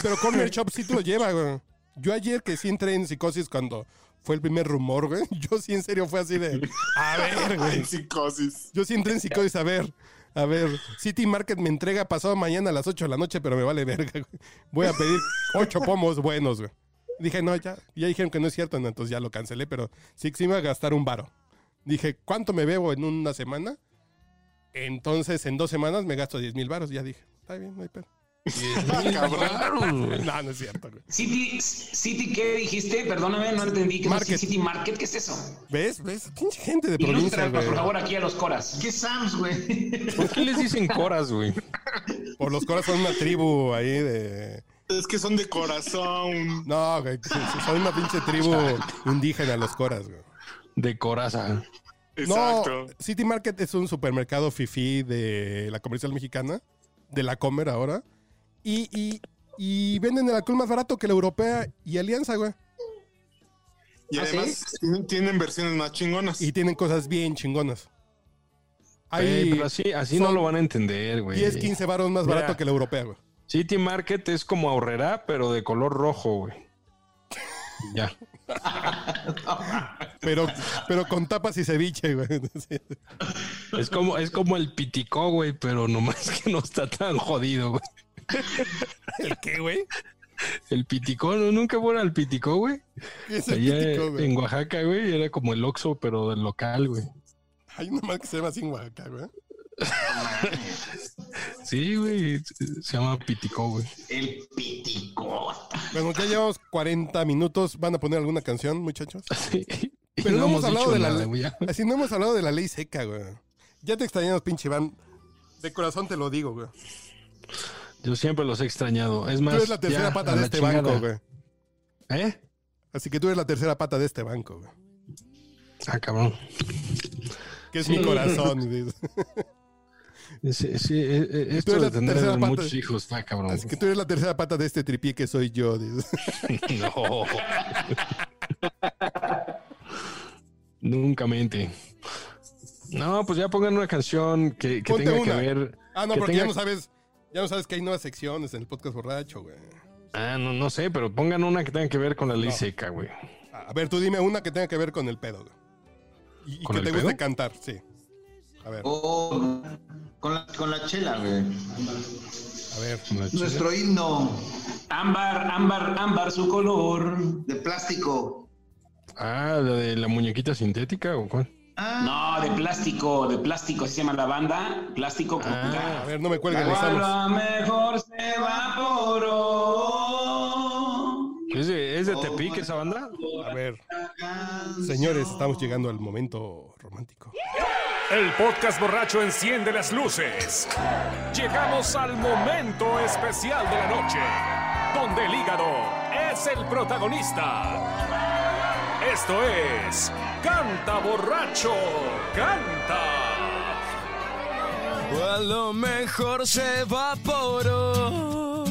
pero Corner Shop sí te lo lleva, güey. Yo ayer que sí entré en psicosis cuando fue el primer rumor, güey. [LAUGHS] Yo sí en serio fue así de, a ver, güey.
En psicosis.
Yo sí entré en psicosis, a ver, a ver. City Market me entrega pasado mañana a las 8 de la noche, pero me vale verga, güey. Voy a pedir ocho pomos buenos, güey. Dije, no, ya, ya dijeron que no es cierto, no, entonces ya lo cancelé, pero sí que sí me iba a gastar un varo. Dije, ¿cuánto me bebo en una semana? Entonces, en dos semanas me gasto 10 mil varos, ya dije. está bien, no hay pedo.
[LAUGHS] Ah,
Cabrón, güey.
No, no es cierto, güey.
City, City, ¿qué dijiste? Perdóname, no entendí. ¿Qué
Market.
es City Market? ¿Qué es eso?
¿Ves? ¿Ves? Pinche gente de provincia,
Ilustra,
güey.
por favor, aquí a los coras.
¿Qué Sams, güey?
[LAUGHS]
¿Por qué les dicen coras, güey?
Por los coras son una tribu ahí de.
Es que son de corazón.
No, güey. sí, sí, Son una pinche tribu indígena, los coras, güey.
De coraza.
Exacto.
No, City Market es un supermercado fifí de la comercial mexicana, de la Comer ahora. Y, y, y venden el alcohol más barato que la europea y Alianza, güey.
Y
¿Ah, sí?
además tienen- tienen versiones más chingonas.
Y tienen cosas bien chingonas.
Güey,
Hay
pero así, así
son
no lo van a entender, güey.
10, 15 varos más
Mira.
barato que la europea, güey.
City Market es como ahorrerá, pero de color rojo, güey. Ya.
Pero, pero con tapas y ceviche, güey. [LAUGHS] Sí.
Es como, es como el piticó, güey, pero nomás que no está tan jodido, güey.
¿El qué, güey?
El piticó, ¿no? nunca fuera al piticó, güey.
Es el
Allá
pítico, güey.
en Oaxaca, güey, era como el Oxxo, pero del local, güey.
Hay una más que se llama así en Oaxaca, güey.
Sí, güey, se llama piticó, güey.
El piticota.
Bueno, ya llevamos 40 minutos. ¿Van a poner alguna canción, muchachos?
Pero
no hemos hablado de la-
güey. ya.
Así no hemos hablado de la ley seca, güey. Ya te extrañamos, pinche Iván. De corazón te lo digo, güey.
Yo siempre los he extrañado. Es más,
Tú eres la
Pues ya,
tercera
a
pata
la
de este
chingada.
banco, güey.
¿Eh?
Así que tú eres la tercera pata de este banco, güey.
Ah, cabrón.
Que es
Sí.
mi corazón. dices.
Sí, sí, eh, eh, esto
eres
de
la
tener
tercera parte.
muchos hijos, está cabrón.
Así
[LAUGHS]
que tú eres la tercera pata de este tripié que soy yo. dices.
No. [LAUGHS] Nunca mente. No, pues ya pongan una canción que, que
Ponte
tenga
una.
que ver.
Ah, no,
Que
porque
tenga-
ya no sabes. Ya no sabes que hay nuevas secciones en el podcast borracho, güey.
Ah, no, no sé, pero pongan una que tenga que ver con la ley seca, güey.
A ver, tú dime una que tenga que ver con el pedo, güey. Y, y
¿Con
que
el
te guste
pedo?
cantar, sí. A ver,
Oh, con la, con la chela, güey.
a ver.
Nuestro himno
Ámbar, ámbar, ámbar, su color.
de plástico.
Ah, la de la muñequita sintética o cuál.
Ah,
No, de plástico, de plástico, así se llama la banda. Plástico con
A
Ah,
K.
ver, no me cuelguen,
Cuando
estamos.
a mejor se evaporó.
¿Es de, es de
Oh,
Tepic
bueno.
esa banda?
A ver.
canción.
Señores, estamos llegando al momento romántico.
El podcast borracho enciende las luces. Llegamos al momento especial de la noche, donde el hígado es el protagonista. Esto es Canta Borracho, canta.
O a lo mejor se evaporó.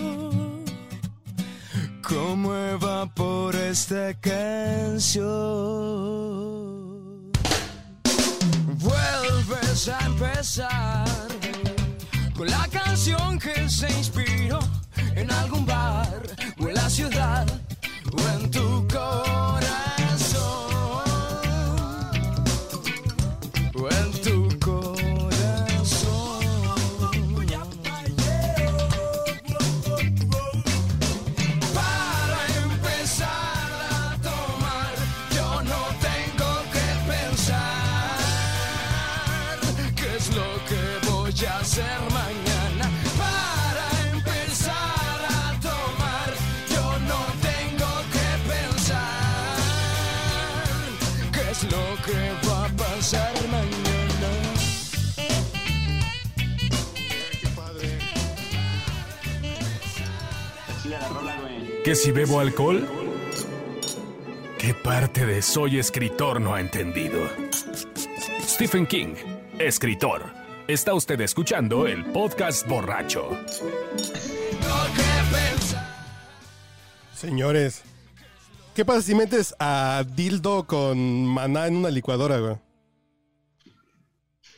Como este evapora esta canción. Vuelves a empezar con la canción que se inspiró en algún bar o en la ciudad o en tu corazón o en tu corazón. Para empezar a tomar, yo no tengo que pensar qué es lo que voy a hacer mañana. Para empezar a tomar, yo no tengo que pensar qué es lo que va a pasar mañana.
Chida la rola, güey.
¿Que si bebo alcohol? ¿Qué parte de soy escritor no ha entendido? Stephen King, escritor. Está usted escuchando el podcast borracho.
Señores, ¿qué pasa si metes a Dildo con maná en una licuadora, güey?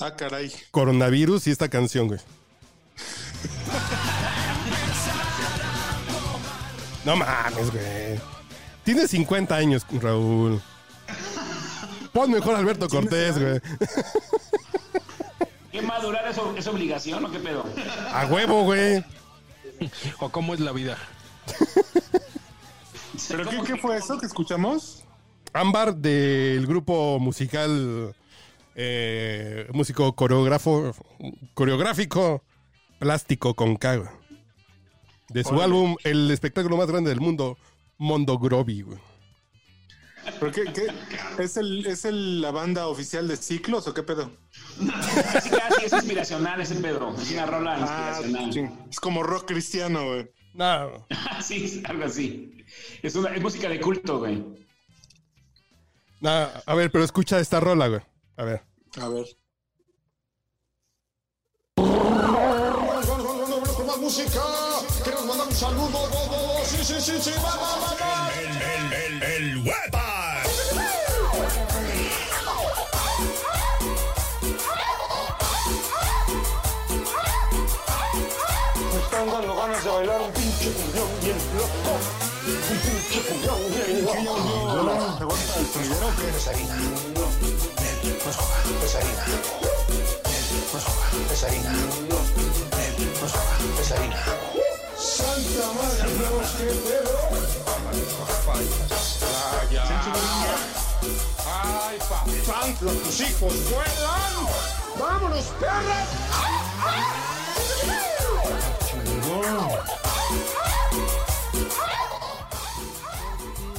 Ah, caray.
Coronavirus y esta canción, güey. No mames, güey. Tienes 50 años, Raúl. Pon mejor Alberto Cortés, güey.
¿Qué madurar es, es obligación o qué pedo?
A huevo, güey.
¿O cómo es la vida?
¿Pero qué,
¿Cómo
qué
que-
fue eso que escuchamos?
Ámbar del grupo musical, eh, músico coreógrafo, coreográfico, Plástico con K. güey. De su
Órale.
álbum, el espectáculo más grande del mundo, Mondo Groby, güey.
¿Pero qué, qué? ¿Es, el, ¿Es el- la banda oficial de Ciclos o qué pedo?
Casi, casi ah, es inspiracional ese Pedro. Es una rola
Ah,
inspiracional. [LAUGHS] Ah,
ching. Es como rock cristiano, güey.
No.
sí, es algo así. Es, una, es música de culto, güey.
no, a ver, pero escucha esta rola, güey. A ver.
A ver.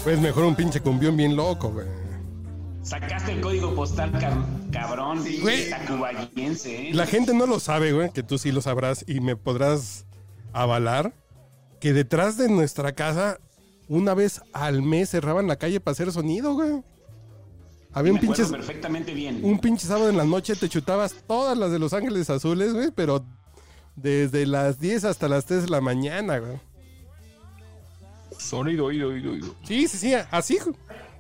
Pues mejor un pinche cumbión bien loco, güey.
Sacaste el código postal, cab- cabrón.
Güey.
Tacubayense, ¿eh?
La gente no lo sabe, güey, que tú sí lo sabrás y me podrás avalar que detrás de nuestra casa una vez al mes cerraban la calle para hacer sonido, güey. Había un
Me
pinche,
acuerdo perfectamente bien.
un pinche sábado en la noche, te chutabas todas las de Los Ángeles Azules, güey, pero desde las 10 hasta las 3 de la mañana, güey.
Sonido, oído, oído, oído.
Sí, sí, sí, así, güey.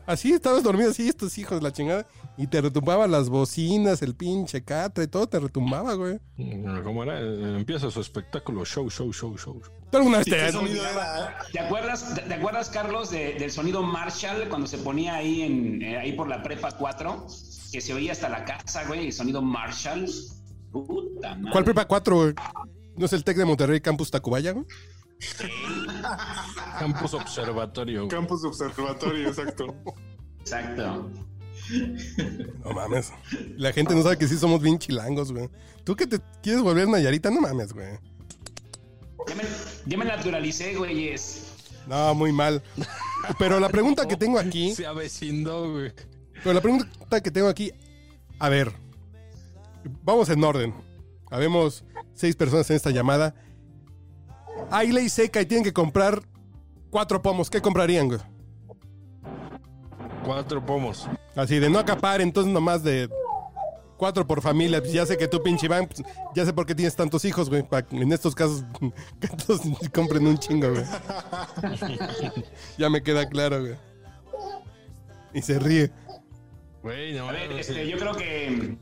así estabas dormido, así estos hijos de la chingada. Y te retumbaban las bocinas, el pinche catre, todo te retumbaba, güey.
Mm, ¿Cómo era? Eh, Empieza su espectáculo. Show, show, show, show.
¿Tú alguna vez
¿Y
te-
qué sonido era?
¿Te acuerdas, te, te acuerdas Carlos, de- del sonido Marshall cuando se ponía ahí, en, eh, ahí por la prepa 4? Que se oía hasta la casa, güey, el sonido Marshall. Puta madre.
¿Cuál prepa 4, güey? ¿No es el TEC de Monterrey Campus Tacubaya, güey?
Campus Observatorio. güey.
Campus Observatorio, exacto.
Exacto.
No mames. La gente no sabe que sí somos bien chilangos, güey. Tú que te quieres volver Nayarita, no mames, güey.
Ya me, ya me naturalicé, güeyes.
No, muy mal. Pero la pregunta que tengo aquí,
[LAUGHS] Se avecindó, güey.
pero la pregunta que tengo aquí, a ver, vamos en orden. Habemos seis personas en esta llamada. Hay ley seca y tienen que comprar cuatro pomos. ¿Qué comprarían, güey?
Cuatro pomos.
Así de no acapar, entonces nomás de cuatro por familia. Pues Ya sé que tú, pinche Iván, pues, ya sé por qué tienes tantos hijos, güey. pa- En estos casos, [LAUGHS] que todos compren un chingo, güey. ya me queda claro, güey. Y se ríe.
Güey, no,
A ver,
no,
este,
sí.
yo creo que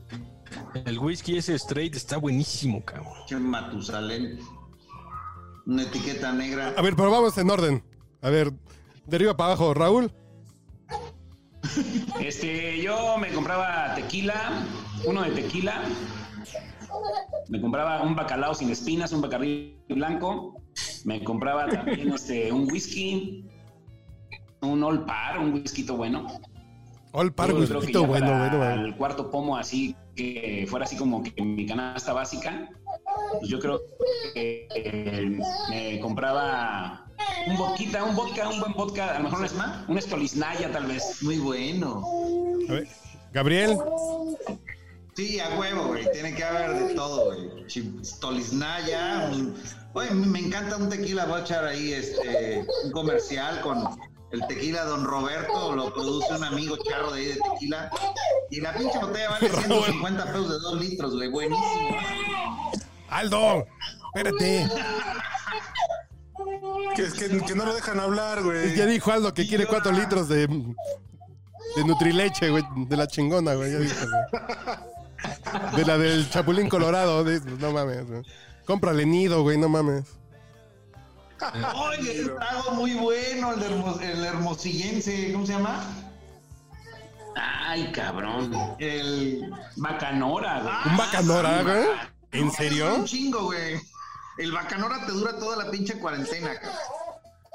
El whisky ese straight está buenísimo, cabrón.
Che Matusalén. Una etiqueta negra.
A ver, pero vamos en orden. A ver, de arriba para abajo, Raúl.
este, yo me compraba tequila, uno de tequila. Me compraba un bacalao sin espinas, un bacardí blanco. Me compraba también este, un whisky, un Old Par, un whisky bueno.
All par,
Yo creo que
güeyito,
ya
bueno,
para
bueno, bueno.
El cuarto pomo así, que fuera así como que mi canasta básica, pues yo creo que eh, me compraba un vodka, un vodka, un buen vodka, a lo mejor un, es- un estoliznaya tal vez.
Muy bueno.
A ver, Gabriel,
Sí, a huevo, güey. Tiene que haber de todo, güey. Chi- Toliznaya. un- Güey, me encanta un tequila. Voy a echar ahí este, un comercial con el tequila Don Roberto. Lo produce un amigo charro de ahí de tequila. Y la pinche botella vale 150 pesos de 2 litros, güey. Buenísimo.
Aldo, espérate.
Que, es que, que no lo dejan hablar, güey.
Ya dijo Aldo que quiere cuatro litros de, de Nutrileche, güey, de la chingona, güey. ya dijo, güey. De la del Chapulín Colorado, de- no mames. güey. Cómprale nido, güey, no mames.
Oye, es un trago muy bueno, el, de Hermos- el hermosillense, ¿cómo se llama?
Ay, cabrón.
El...
Bacanora, güey. Ah,
Un bacanora, ¿eh? güey. Ah, ¿En serio?
Un chingo, güey. El bacanora te dura toda la pinche cuarentena, cabrón.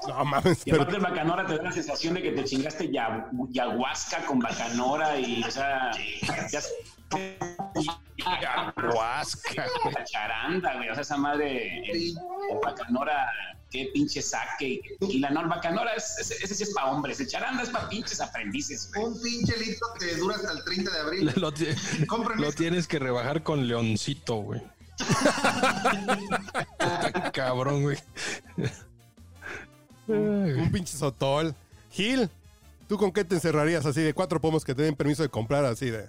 No mames,
Y
pero
aparte el bacanora te da la sensación de que te chingaste ya- yahuasca con bacanora y, o sea, ya-
Ayahuasca. güey.
charanda, güey. O sea, esa madre, el, el bacanora, qué pinche saque. Y tequila, no, el bacanora, es, ese, ese sí es para hombres. El charanda es para pinches aprendices, güey.
Un pinche litro que dura hasta el 30 de
[LAUGHS]
abril. este,
Lo, ti-
Cómprenme.
lo tienes que rebajar con leoncito, güey. [LAUGHS] Puta cabrón, [LAUGHS] güey.
Un pinche sotol. Gil, ¿tú con qué te encerrarías así de cuatro pomos que te den permiso de comprar así de...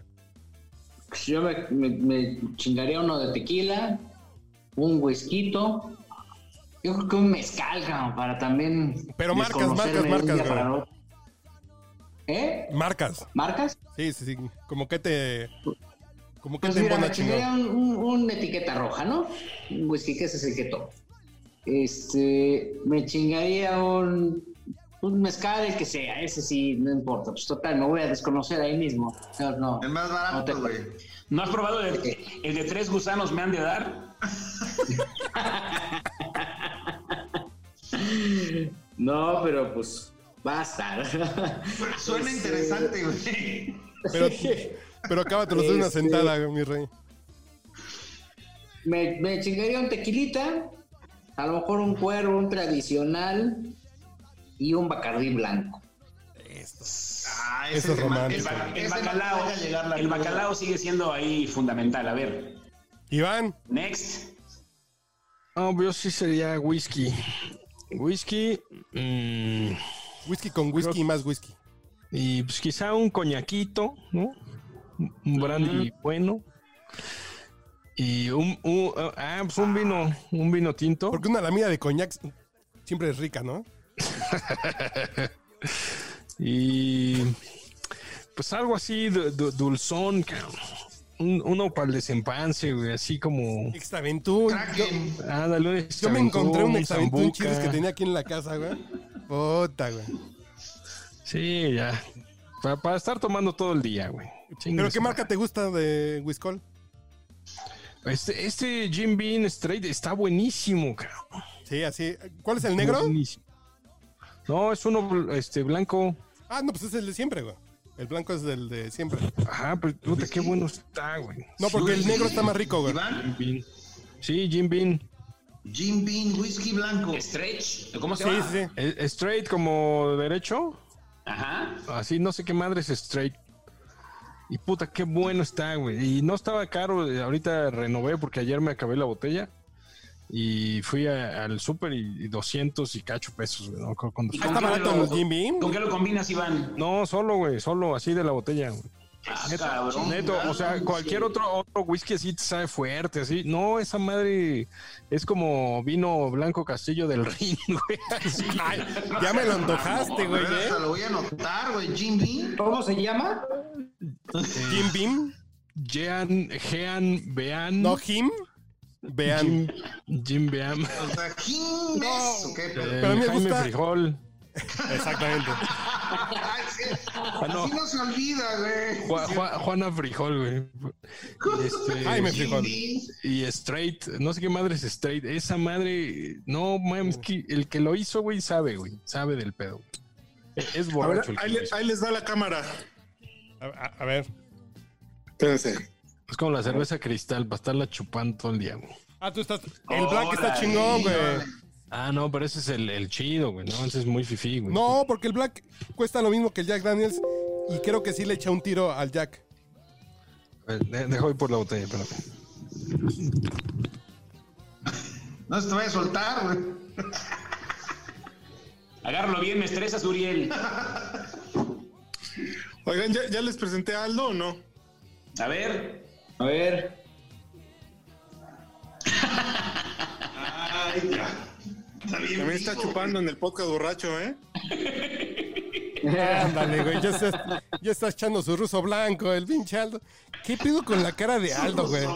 Pues yo me, me- me chingaría uno de tequila, un whisky. Yo creo que un mezcal, cabrón, para también.
Pero marcas,
desconocerme
marcas,
de un día
marcas,
para
güey.
otro. ¿Eh?
Marcas.
¿Marcas?
Sí, sí, sí. Como que te... Como que
Pues
te
mira, me
embona
chingaría
chingón.
un, un- un etiqueta roja, ¿no? Un whisky que ese es el que tomo. Este, me chingaría un, un mezcal, el que sea, ese sí, no importa. Pues total, me voy a desconocer ahí mismo. No, no.
El más
No te-
barato, güey.
¿No has probado el, el de tres gusanos me han de dar?
No, pero pues va a estar.
Este,
Suena interesante, güey.
Pero,
[LAUGHS]
pero acábatelos de una
Este-
sentada, mi rey.
Me, me chingaría un tequilita, a lo mejor un cuervo, un tradicional y un bacardí blanco.
Ah,
Eso es
que más-
El,
romántico.
ba- el
ese no
bacalao,
deja llegar la
el
cruda.
bacalao sigue siendo ahí fundamental. A ver,
Iván,
next.
No, yo sí sería whisky. Whisky mm,
whisky con whisky y más whisky.
y pues quizá un coñaquito, ¿no? Un un brandy bueno. Y un, un- ah, pues un vino, un vino tinto.
Porque una lamida de coñac siempre es rica, ¿no?
Y pues algo así du- du- dulzón, cabrón. Un, uno para el desempance, güey, así como.
Extraventún. Yo,
Kraken.
Ándale, un
yo me
Extraventún,
encontré un
un
extraventún
Zambuca.
chiles que tenía aquí en la casa, güey. Puta, güey.
Sí, ya. Pa- para estar tomando todo el día, güey. Chingue
¿Pero
su
qué marca te gusta de Whiskol?
madre. Este, este Jim Bean Straight está buenísimo, cabrón.
Sí, así. ¿Cuál es el negro?
Buenísimo. No, es uno bl- este, blanco.
Ah, no, pues es el de siempre, güey. El blanco es el de siempre.
Ajá, pero puta, qué bueno está, güey.
No, porque el negro está más rico, güey.
Iván,
Jim Bean. Sí, Jim Bean.
Jim Bean, whisky blanco.
Este, Stretch, ¿cómo se
Sí,
llama?
sí, sí.
Eh, Straight como derecho.
Ah,
Ajá.
así no sé qué madre es straight. Y puta, qué bueno está, güey. Y no estaba caro, eh, ahorita renové porque ayer me acabé la botella. Y fui a- al súper y, y 200 y cacho pesos, güey. No, me acuerdo cuándo
¿Y
Ah,
fue.
con
está
qué
barato
lo-
el Jim Beam.
¿Con qué lo combinas, Iván?
No, solo, güey, solo así de la botella, güey.
Ah,
Neto,
cabrón.
neto, o sea, cualquier otro, otro whisky así te sabe fuerte, así. No, esa madre es como vino blanco castillo del [LAUGHS] Rin, güey. así.
Ay, ya me lo antojaste,
De
güey,
verdad,
¿eh?
hasta lo voy a anotar, güey. Jim Bean.
¿Cómo se llama?
Jim Beam.
Jean, Jean, Bean,
No, Jim. Vean.
Jim, Jim Bean.
O sea, Jim Bean. ¿Qué pedo?
El
Pero a mí me
Jaime
gusta-
Frijol.
Exactamente.
Ay, sí.
no.
Así no se olvida, güey.
Ju- Ju- Juana Frijol, güey. Y, este,
Jaime
Jim
Frijol.
Beam.
y Straight, no sé qué madre es Straight. Esa madre, no mames, que el que lo hizo, güey, sabe, güey. Sabe del pedo. Es, es
A ver,
borracho el que
ahí,
lo
le-
hizo.
ahí les va la cámara.
A, a- a ver.
Espérense.
Es como la cerveza cristal, para estarla chupando todo el día, güey.
Ah, tú estás. El blanco está chingón, güey.
Ah, no, pero ese es el, el chido, güey, ¿no? Ese es muy fifí, güey.
No, porque el Black cuesta lo mismo que el Jack Daniels y creo que sí le echa un tiro al Jack.
Eh, de- Dejo ir por la botella, espérate.
No se te vaya a soltar, güey.
Agárralo bien, me estresas, Uriel.
Oigan, ¿ya, ya les presenté a Aldo o no?
A ver.
A ver.
También está chupando en el podcast borracho, ¿eh?
Ándale, güey. Ya estás, ya estás echando su ruso blanco, el pinche Aldo. ¿Qué pedo con la cara de Aldo, güey?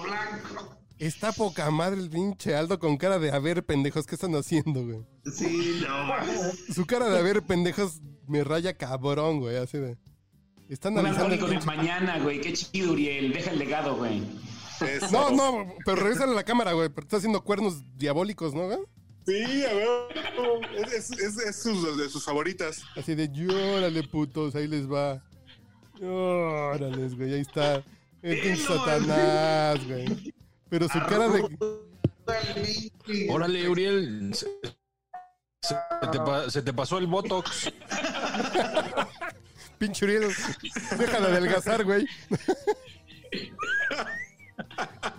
Está poca madre el pinche Aldo con cara de a ver, pendejos, ¿qué están haciendo, güey?
Sí, no, mames.
Su cara de a ver, pendejos, me raya cabrón, güey. Así de. Está
Un
analizando. el
alcohólico de
pinche-
mañana, güey. Qué chido, Uriel. Deja el legado, güey.
Eso.
No, no, pero regresale a la cámara, güey. Pero está haciendo cuernos diabólicos, ¿no, güey?
Sí, a ver. Es, es, es sus- de sus favoritas.
Así de, llórale, putos, ahí les va. Llórales, güey, ahí está. El pinche Satanás, güey. Pero su cara de.
Órale, Uriel. Se, se te, pa- se te pasó el Botox.
Pinche Uriel, déjala adelgazar, güey.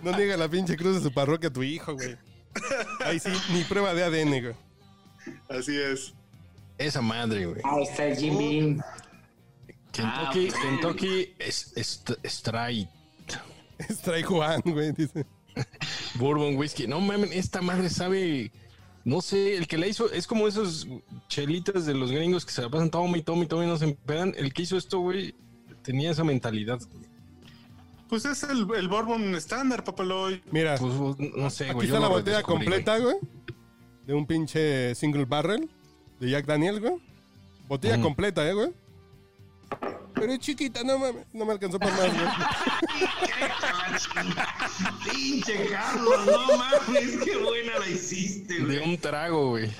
No niega la pinche cruz de su parroquia a tu hijo, güey. Ahí sí, ni prueba de ADN, güey.
Así es.
Esa madre, güey.
Ahí está el Jim Beam.
Kentucky,
ok.
Kentucky es, es- Strike.
Es Trae Juan, güey, dice.
Bourbon Whiskey. No mames, esta madre sabe. No sé, el que la hizo es como esos chelitas de los gringos que se la pasan toma y toma y toma y no se empedan. El que hizo esto, güey, tenía esa mentalidad. güey.
Pues es el, el Bourbon estándar, papaloy.
Mira,
Pues, no sé,
aquí
güey. yo
está la
no lo
botella
descubrí,
completa, güey. De un pinche single barrel de Jack Daniel, güey. Botella
Mm.
completa, eh, güey. Pero es chiquita, no mames, no me alcanzó para más, güey.
Pinche Carlos, no mames, qué buena la hiciste,
güey. De un trago, güey.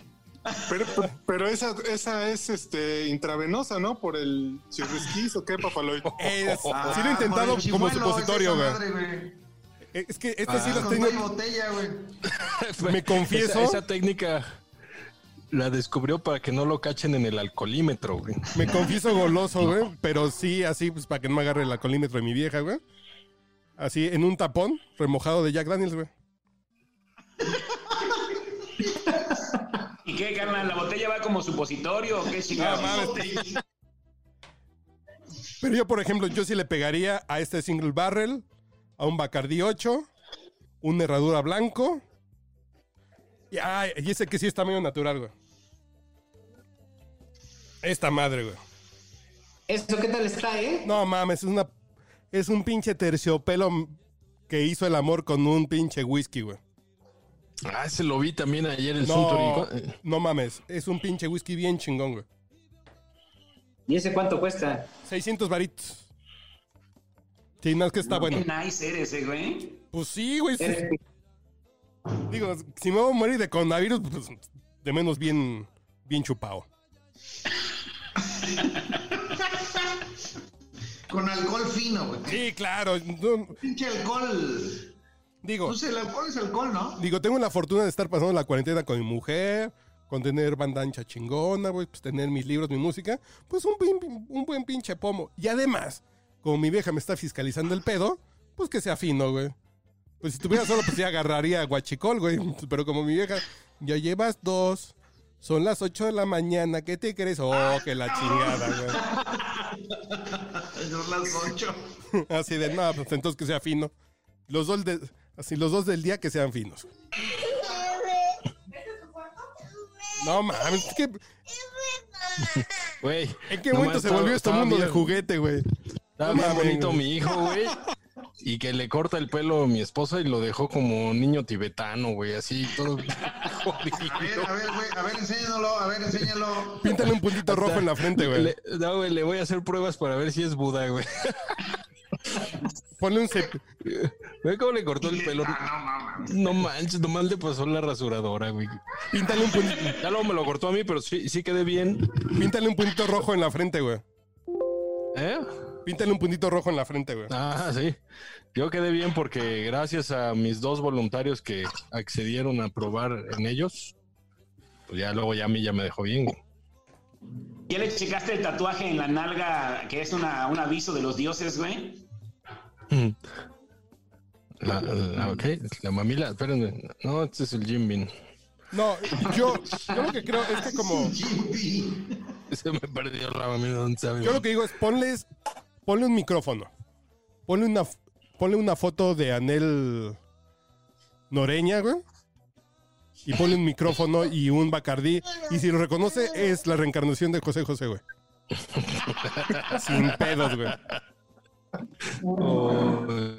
Pero, pero esa, esa es este intravenosa, ¿no? Por el chirrisquís o qué,
[LAUGHS]
papaloy.
Es- Eh,
Ah,
sí lo he intentado como supositorio, güey. Es que este sí lo
Ah, Con no hay
tengo.
botella,
[LAUGHS]
güey.
Me confieso.
Esa, esa técnica la descubrió para que no lo cachen en el alcoholímetro, güey.
Me confieso goloso, güey, pero sí, así, pues para que no me agarre el alcoholímetro de mi vieja, güey. Así, en un tapón remojado de Jack Daniels, güey.
¿Y qué, carnal? ¿La botella va como supositorio o qué chingados?
Pero yo, por ejemplo, yo sí le pegaría a este single barrel, a un Bacardi 8, un herradura blanco. Y, ay, y ese que sí está medio natural, güey. Esta madre, güey.
¿Eso qué tal está, eh?
No mames, es una. Es un pinche terciopelo que hizo el amor con un pinche whisky, güey.
Ah, se lo vi también ayer el
No,
Suntory.
no mames, es un pinche whisky bien chingón, güey.
¿Y ese cuánto cuesta?
600 varitos. Sí, no, es que está bueno.
Qué nice eres, eh, güey.
Pues sí, güey. sí.
Eres-
Digo, si me voy a morir de coronavirus, pues de menos bien, bien chupado.
Con alcohol fino, güey.
Sí, claro. no,
Pinche alcohol.
digo,
Pues el alcohol es alcohol, ¿no?
digo, tengo la fortuna de estar pasando la cuarentena con mi mujer, con tener banda ancha chingona, güey, pues tener mis libros, mi música. Pues un, pin- un buen pinche pomo. Y además, como mi vieja me está fiscalizando el pedo, pues que sea fino, güey. Pues si tuviera solo, pues ya agarraría guachicol, güey. [LAUGHS] Pero como mi vieja, ya llevas dos. Son las 8 de la mañana. ¿Qué te crees? Oh, que la chingada,
Son las ocho.
güey. [LAUGHS] Así de, no, pues entonces que sea fino. Los dos, de- así, los dos del día que sean finos. No mames, es que, ¿en
Güey.
qué
nomás
momento se
estaba-
volvió este
estaba
mundo de
bien-
juguete, güey?
Estaba
No
bien
mames,
bonito
güey.
mi hijo, güey. Y que le corta el pelo a mi esposa y lo dejó como niño tibetano, güey. Así todo
A ver, a
[LAUGHS] jodido.
ver, güey. A ver, enséñalo, a ver, enséñalo.
Píntale un
[LAUGHS]
puntito rojo en la frente, güey.
Le, no, güey, le voy a hacer pruebas para ver si es Buda, güey. [LAUGHS]
Ponle un cep-
Ve cómo le cortó el pelo.
Ah,
No manches, nomás le pasó la rasuradora, güey.
píntale un puntito.
Ya luego me lo cortó a mí, pero sí, sí quedé bien.
Píntale un puntito rojo en la frente, güey.
¿Eh?
Píntale un puntito rojo en la frente, güey.
Ah, sí. Yo quedé bien porque gracias a mis dos voluntarios que accedieron a probar en ellos, pues ya luego ya a mí ya me dejó bien. güey.
¿Ya le checaste el tatuaje en la nalga que es una, un aviso de los dioses, güey?
La, la- ok, la mamila, espérenme. No, este es el Jim Beam. [LAUGHS]
No, yo, yo lo que creo es que como...
Se me perdió la mamila, ¿dónde sabe?
Yo lo que digo es ponles, ponle un micrófono. Ponle una, f- ponle una foto de Anel Noreña, güey. Y ponle un micrófono y un Bacardí. Y si lo reconoce, es la reencarnación de José José, güey. Sin pedos, güey.
Oh, eh,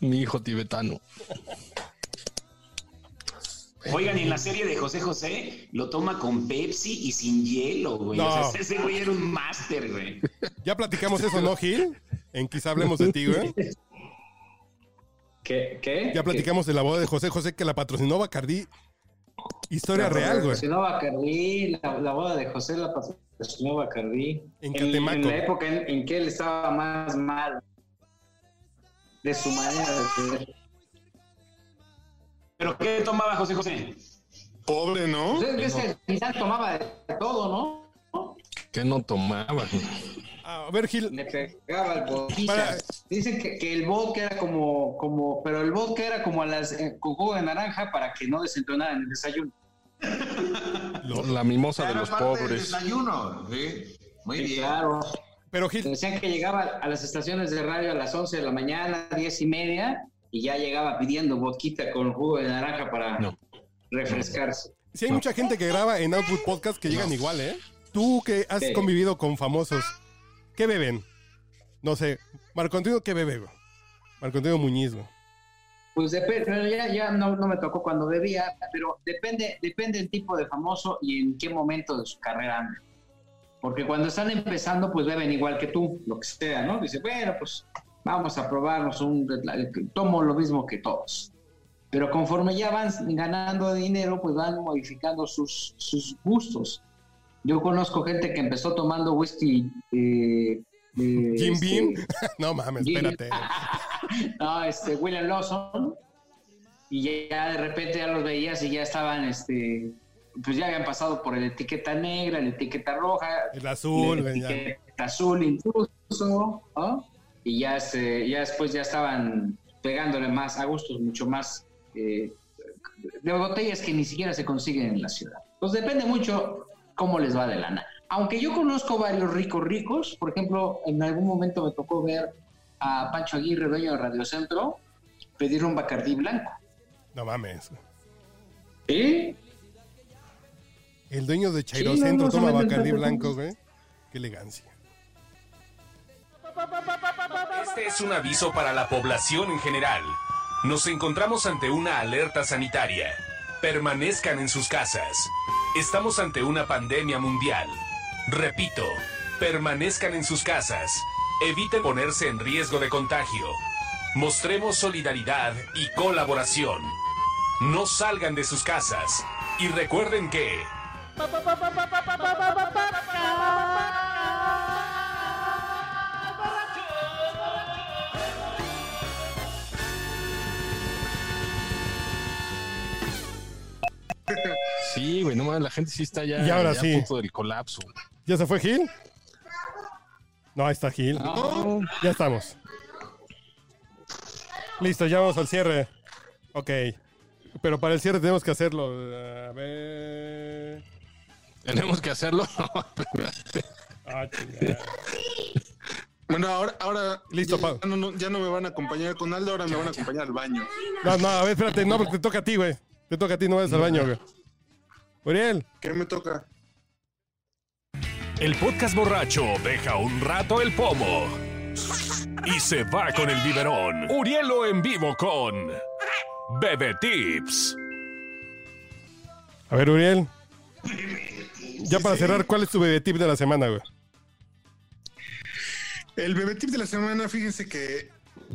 mi hijo tibetano.
Oigan, y en la serie de José José lo toma con Pepsi y sin hielo, güey.
No.
O sea, ese güey era un máster, güey.
Ya platicamos
[LAUGHS]
eso, ¿no, Gil? En quizá hablemos de ti, güey.
¿Qué? ¿Qué?
Ya platicamos de la boda de José José que la patrocinó Bacardí. Historia real, güey.
Patrocinó Bacardí, la, la boda de José la patrocinó Bacardí.
En Catemaco.
En la época en, en que él estaba más mal. de su manera de ser.
¿Pero qué tomaba José José?
Pobre, ¿no?
Entonces ves que Tintán tomaba de todo, ¿no?
Que no tomaba.
A ver, Gil.
Le pegaba al
Para-
vodka. Dicen que, que el vodka era como, como, pero el vodka era como a las eh, con jugo de naranja para que no desentonara en el desayuno.
La mimosa de
Era
los
parte Del
pobres.
desayuno, sí. Muy bien.
Claro.
Pero, Gil,
Decían que llegaba a las estaciones de radio a las 11 de la mañana, 10 y media, y ya llegaba pidiendo boquita con jugo de naranja para
No.
refrescarse.
si hay mucha gente que graba en Output Podcast que llegan igual, ¿eh? Tú que has
Sí.
convivido con famosos, ¿qué beben? No sé, Marco Antonio, ¿qué bebe? güey? Marco Antonio Muñiz, güey. [LAUGHS]
Pues depende, pero ya, ya no, no me tocó cuando bebía, pero depende, depende el tipo de famoso y en qué momento de su carrera anda. Porque cuando están empezando, pues beben igual que tú, lo que sea, ¿no? Dice, bueno, pues vamos a probarnos un tomo lo mismo que todos. Pero conforme ya van ganando dinero, pues van modificando sus, sus gustos. Yo conozco gente que empezó tomando whisky. Eh, eh,
Jim
este,
Beam. no mames,
Jim-
espérate.
[LAUGHS] no, este, William Lawson. Y ya de repente ya los veías y ya estaban, este, pues ya habían pasado por la etiqueta negra, la etiqueta roja,
El azul,
la
güey, ya.
etiqueta azul incluso, ¿no? Y ya, este, ya después ya estaban pegándole más a gustos, mucho más eh, de botellas que ni siquiera se consiguen en la ciudad. Pues depende mucho cómo les va de lana. Aunque yo conozco varios ricos ricos, por ejemplo, en algún momento me tocó ver a Pancho Aguirre, dueño de Radio Centro, pedir un Bacardí blanco.
No mames.
¿Sí?
El dueño de Chairo
Sí, no,
Centro
no,
toma
solamente
Bacardí
tanto-
blanco, güey. Qué elegancia.
Este es un aviso para la población en general. Nos encontramos ante una alerta sanitaria. Permanezcan en sus casas. Estamos ante una pandemia mundial. Repito, permanezcan en sus casas. Eviten ponerse en riesgo de contagio. Mostremos solidaridad y colaboración. No salgan de sus casas. Y recuerden que...
Sí, güey, no mames, la gente sí está ya,
Y ahora
ya
sí.
a punto del colapso. [LAUGHS]
¿Ya se fue Gil? No, ahí está Gil. Ya estamos. Listo, ya vamos al cierre. Ok. Pero para el cierre tenemos que hacerlo. A ver.
Tenemos que hacerlo. [LAUGHS]
Ah, chingada.
Bueno, ahora, ahora
Listo,
ya,
Pau.
ya no, no- ya no me van a acompañar con Aldo, ahora me van a acompañar al baño.
No, no, a ver, espérate. No, porque te toca a ti, güey. Te toca a ti, no vayas al baño, güey. Uriel.
¿Qué me toca?
El podcast borracho deja un rato el pomo y se va con el biberón. Urielo en vivo con Bebe Tips.
A ver, Uriel. Ya para cerrar, ¿cuál es tu bebé tip de la semana, güey?
El bebé tip de la semana, fíjense que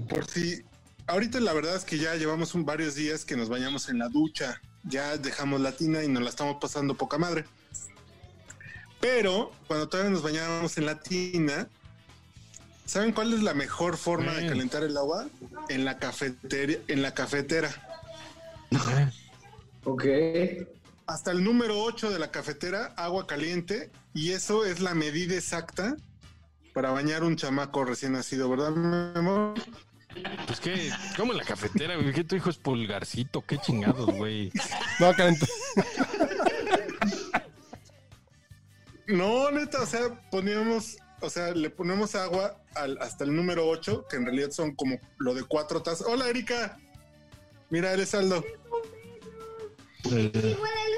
por si ahorita la verdad es que ya llevamos un- varios días que nos bañamos en la ducha, ya dejamos la tina y nos la estamos pasando poca madre. Pero cuando todavía nos bañábamos en la tina, ¿saben cuál es la mejor forma de
Mm.
calentar el agua? En la cafetería, en la cafetera.
Ok.
Hasta el número 8 de la cafetera, agua caliente, y eso es la medida exacta para bañar un chamaco recién nacido, ¿verdad, mi amor?
Pues que, como en la cafetera, güey, que tu hijo es pulgarcito, qué chingados, güey.
No, calent-
No, neta, o sea, poníamos, o sea, le ponemos agua al, hasta el número 8, que en realidad son como lo de cuatro tazas. Hola, Erika. Mira, eres Aldo.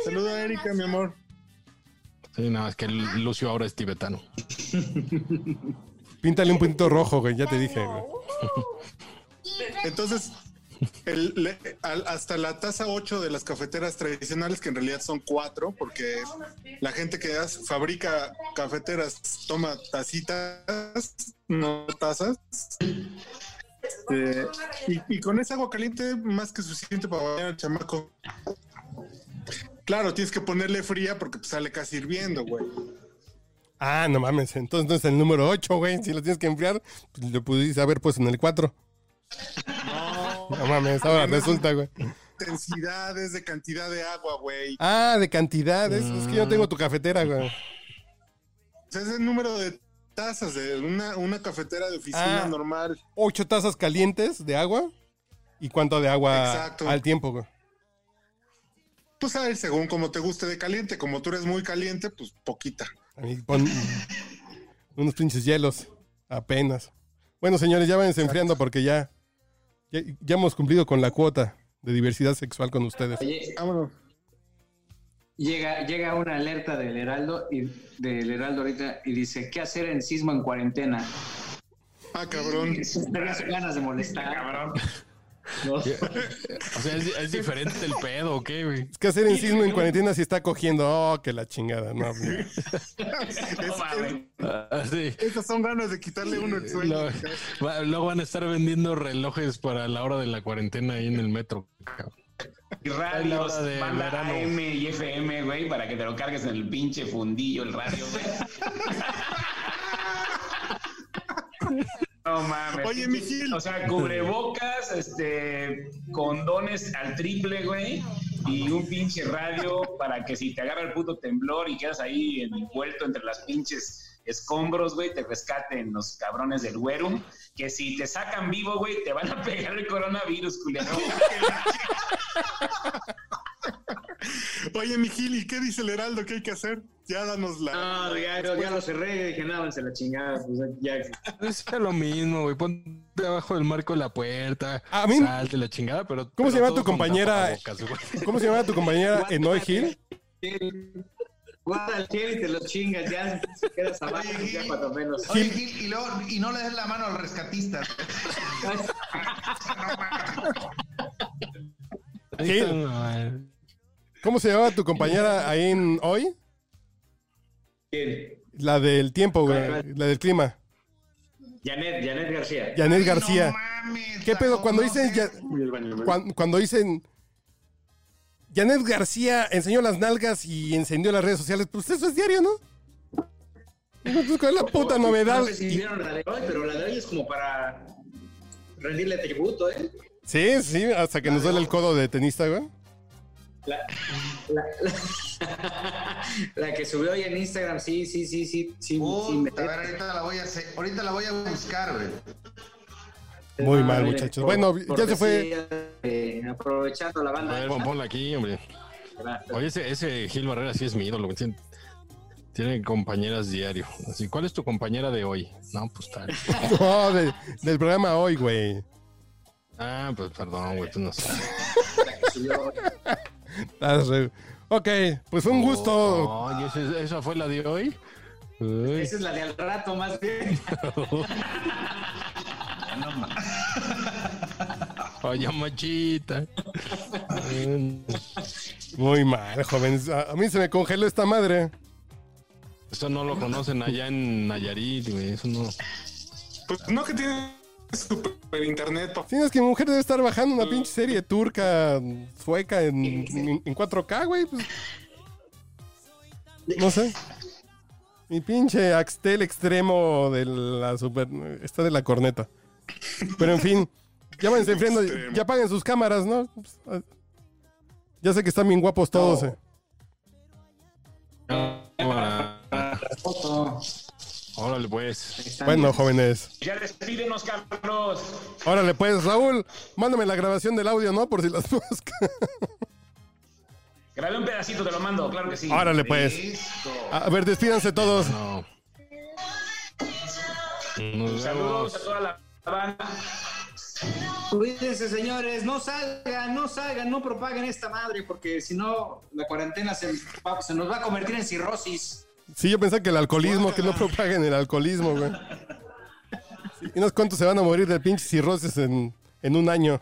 Saluda a Erika, mi amor.
Sí, no, es que Lucio ahora es tibetano.
Píntale un puntito rojo, güey. Ya te dije, güey.
Entonces, el- le- al- hasta la taza 8 de las cafeteras tradicionales, que en realidad son cuatro, porque la gente que hace- fabrica cafeteras toma tacitas, no tazas. Este, y, y con esa agua caliente, más que suficiente para bañar al chamaco. Claro, tienes que ponerle fría porque pues, sale casi hirviendo, güey.
Ah, no mames. Entonces no es el número 8, güey. Si lo tienes que enfriar, pues, lo pudiste haber puesto en el 4. No mames, ahora resulta, güey.
Intensidades de cantidad de agua, güey.
Ah, de cantidades. Es que yo tengo tu cafetera, güey.
O sea, es el número de tazas de una, una cafetera de oficina
Ah.
normal.
Ocho tazas calientes de agua. ¿Y cuánto de agua
Exacto.
al tiempo, güey?
Tú sabes, pues, según como te guste de caliente. Como tú eres muy caliente, pues poquita.
A mí pon [LAUGHS] unos pinches hielos. Apenas. Bueno, señores, ya váyanse enfriando porque ya, ya, ya hemos cumplido con la cuota de diversidad sexual con ustedes.
Oye,
Vámonos.
llega, llega una alerta del Heraldo y del Heraldo ahorita y dice, ¿qué hacer en sismo en cuarentena? [LAUGHS]
Ah, cabrón.
Tengas ganas de molestar.
Cabrón.
¿no?
O sea, es, es diferente el pedo, ¿o qué, güey?
Es que hacer en sismo en cuarentena si está cogiendo. Oh, que la chingada. No, güey.
No mames.
Ah, sí.
Esas son ganas de quitarle uno el sueño.
Lo- va- Luego van a estar vendiendo relojes para la hora de la cuarentena ahí en el metro. cabrón.
Y
la
radios,
hora de
banda
verano.
AM y FM, güey, para que te lo cargues en el pinche fundillo, el radio, güey. No mames.
Oye, mi Gil.
O sea, cubrebocas, este, condones al triple, güey, y un pinche radio para que si te agarra el puto temblor y quedas ahí envuelto entre las pinches escombros, güey, te rescaten los cabrones del güero, que si te sacan vivo, güey, te van a pegar el coronavirus, culero.
Oye, mi Gil, ¿y qué dice el Heraldo? ¿Qué hay que hacer? Ya danos la.
No, ya, ya lo cerré, dije, nada, se la chingada, pues ya.
Es lo mismo, güey. Ponte abajo del marco de la puerta.
A mí-
Salte la chingada, pero.
¿Cómo
pero
se llama
todo
tu
con
compañera?
tapabocas, güey.
¿Cómo se llama tu compañera Enoy Hill?
Guarda el gel y te lo chingas, ya se quedas abajo, pues, ya cuando menos.
Oye, Gil, y, luego- y no le des la mano al rescatista.
Ahí está, no, eh. madre.
¿Cómo se llamaba tu compañera ahí en hoy?
¿Quién?
La del tiempo, güey. La del clima.
Janet, Janet García.
Janet García.
No mames,
¿Qué pedo? Cuando
no
dicen,
sé.
ya- cuan- cuando dicen Janet García enseñó las nalgas y encendió las redes sociales, pues eso es diario, ¿no? Pues, ¿Cuál es la puta novedad?
No sé si vieron la de hoy, pero la de hoy es como para rendirle tributo, ¿eh?
Sí, sí, hasta que nos duele el codo de tenista, güey.
La, [LAUGHS] la- la que subió hoy en Instagram, sí, sí, sí, sí, sí, sí, me-
Puta, a ver, ahorita la voy a hacer- ahorita la voy a buscar, güey.
Muy mal,
Madre,
muchachos.
por-
Bueno, ya se fue.
cortesía, eh, aprovechando la
A ver,
banda.
pon- ponla aquí, hombre. Oye, ese, ese Gil Barrera sí es mi ídolo. güey. Tiene, tiene compañeras diario. Así, ¿cuál es tu compañera de hoy? No, pues tal.
No, de- del programa hoy, güey.
Ah, pues perdón, güey, tú no sabes.
Estás re- Ok, pues un gusto.
Oh, ¿y ese- ¿Esa fue la de hoy? Uy.
Esa es la de al rato, más bien.
Oye, machita.
Muy mal, jóvenes. A, a mí se me congeló esta madre.
Eso no lo conocen allá en Nayarit, güey. Eso no.
Pues no que tiene super internet, papá.
Tienes que mi mujer debe estar bajando una pinche serie turca, sueca en, en- en 4K, güey. pues. No sé. Mi pinche Axtel extremo de la super. Está de la corneta. Pero en fin, ya váyanse enfriando. Ya apaguen sus cámaras, ¿no? Pues, ah, Ya sé que están bien guapos todos, eh.
Ahora- Órale, pues.
Bueno, jóvenes.
Ya despídenos, Carlos.
Órale, pues, Raúl, mándame la grabación del audio, ¿no? Por si las [LAUGHS] buscas.
Grabé un pedacito, te lo mando, claro que sí.
Órale, pues. A ver, despídanse todos.
No. Nos
Saludos
vemos.
a toda la banda.
Cuídense, señores, no salgan, no salgan, no propaguen esta madre, porque si no, la cuarentena se, va- se nos va a convertir en cirrosis.
Sí, yo pensaba que el alcoholismo, que no propaguen el alcoholismo, güey. Sí, unos cuantos se van a morir de pinches cirrosis en, en un año.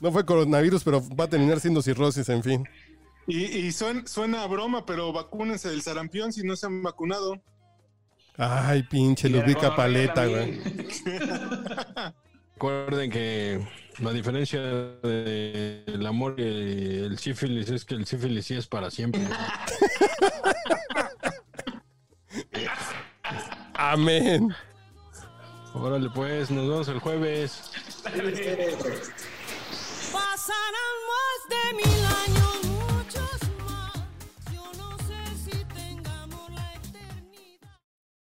No fue coronavirus, pero va a terminar siendo cirrosis, en fin.
Y, y suena, suena a broma, pero vacúnense del sarampión si no se han vacunado.
Ay, pinche
Y de la
Ludvica
gonorrea
Paleta,
también.
güey.
Recuerden que la diferencia del amor y el sífilis es que el sífilis sí es para siempre.
Amén.
Órale, pues. Nos vemos el jueves.
tarde.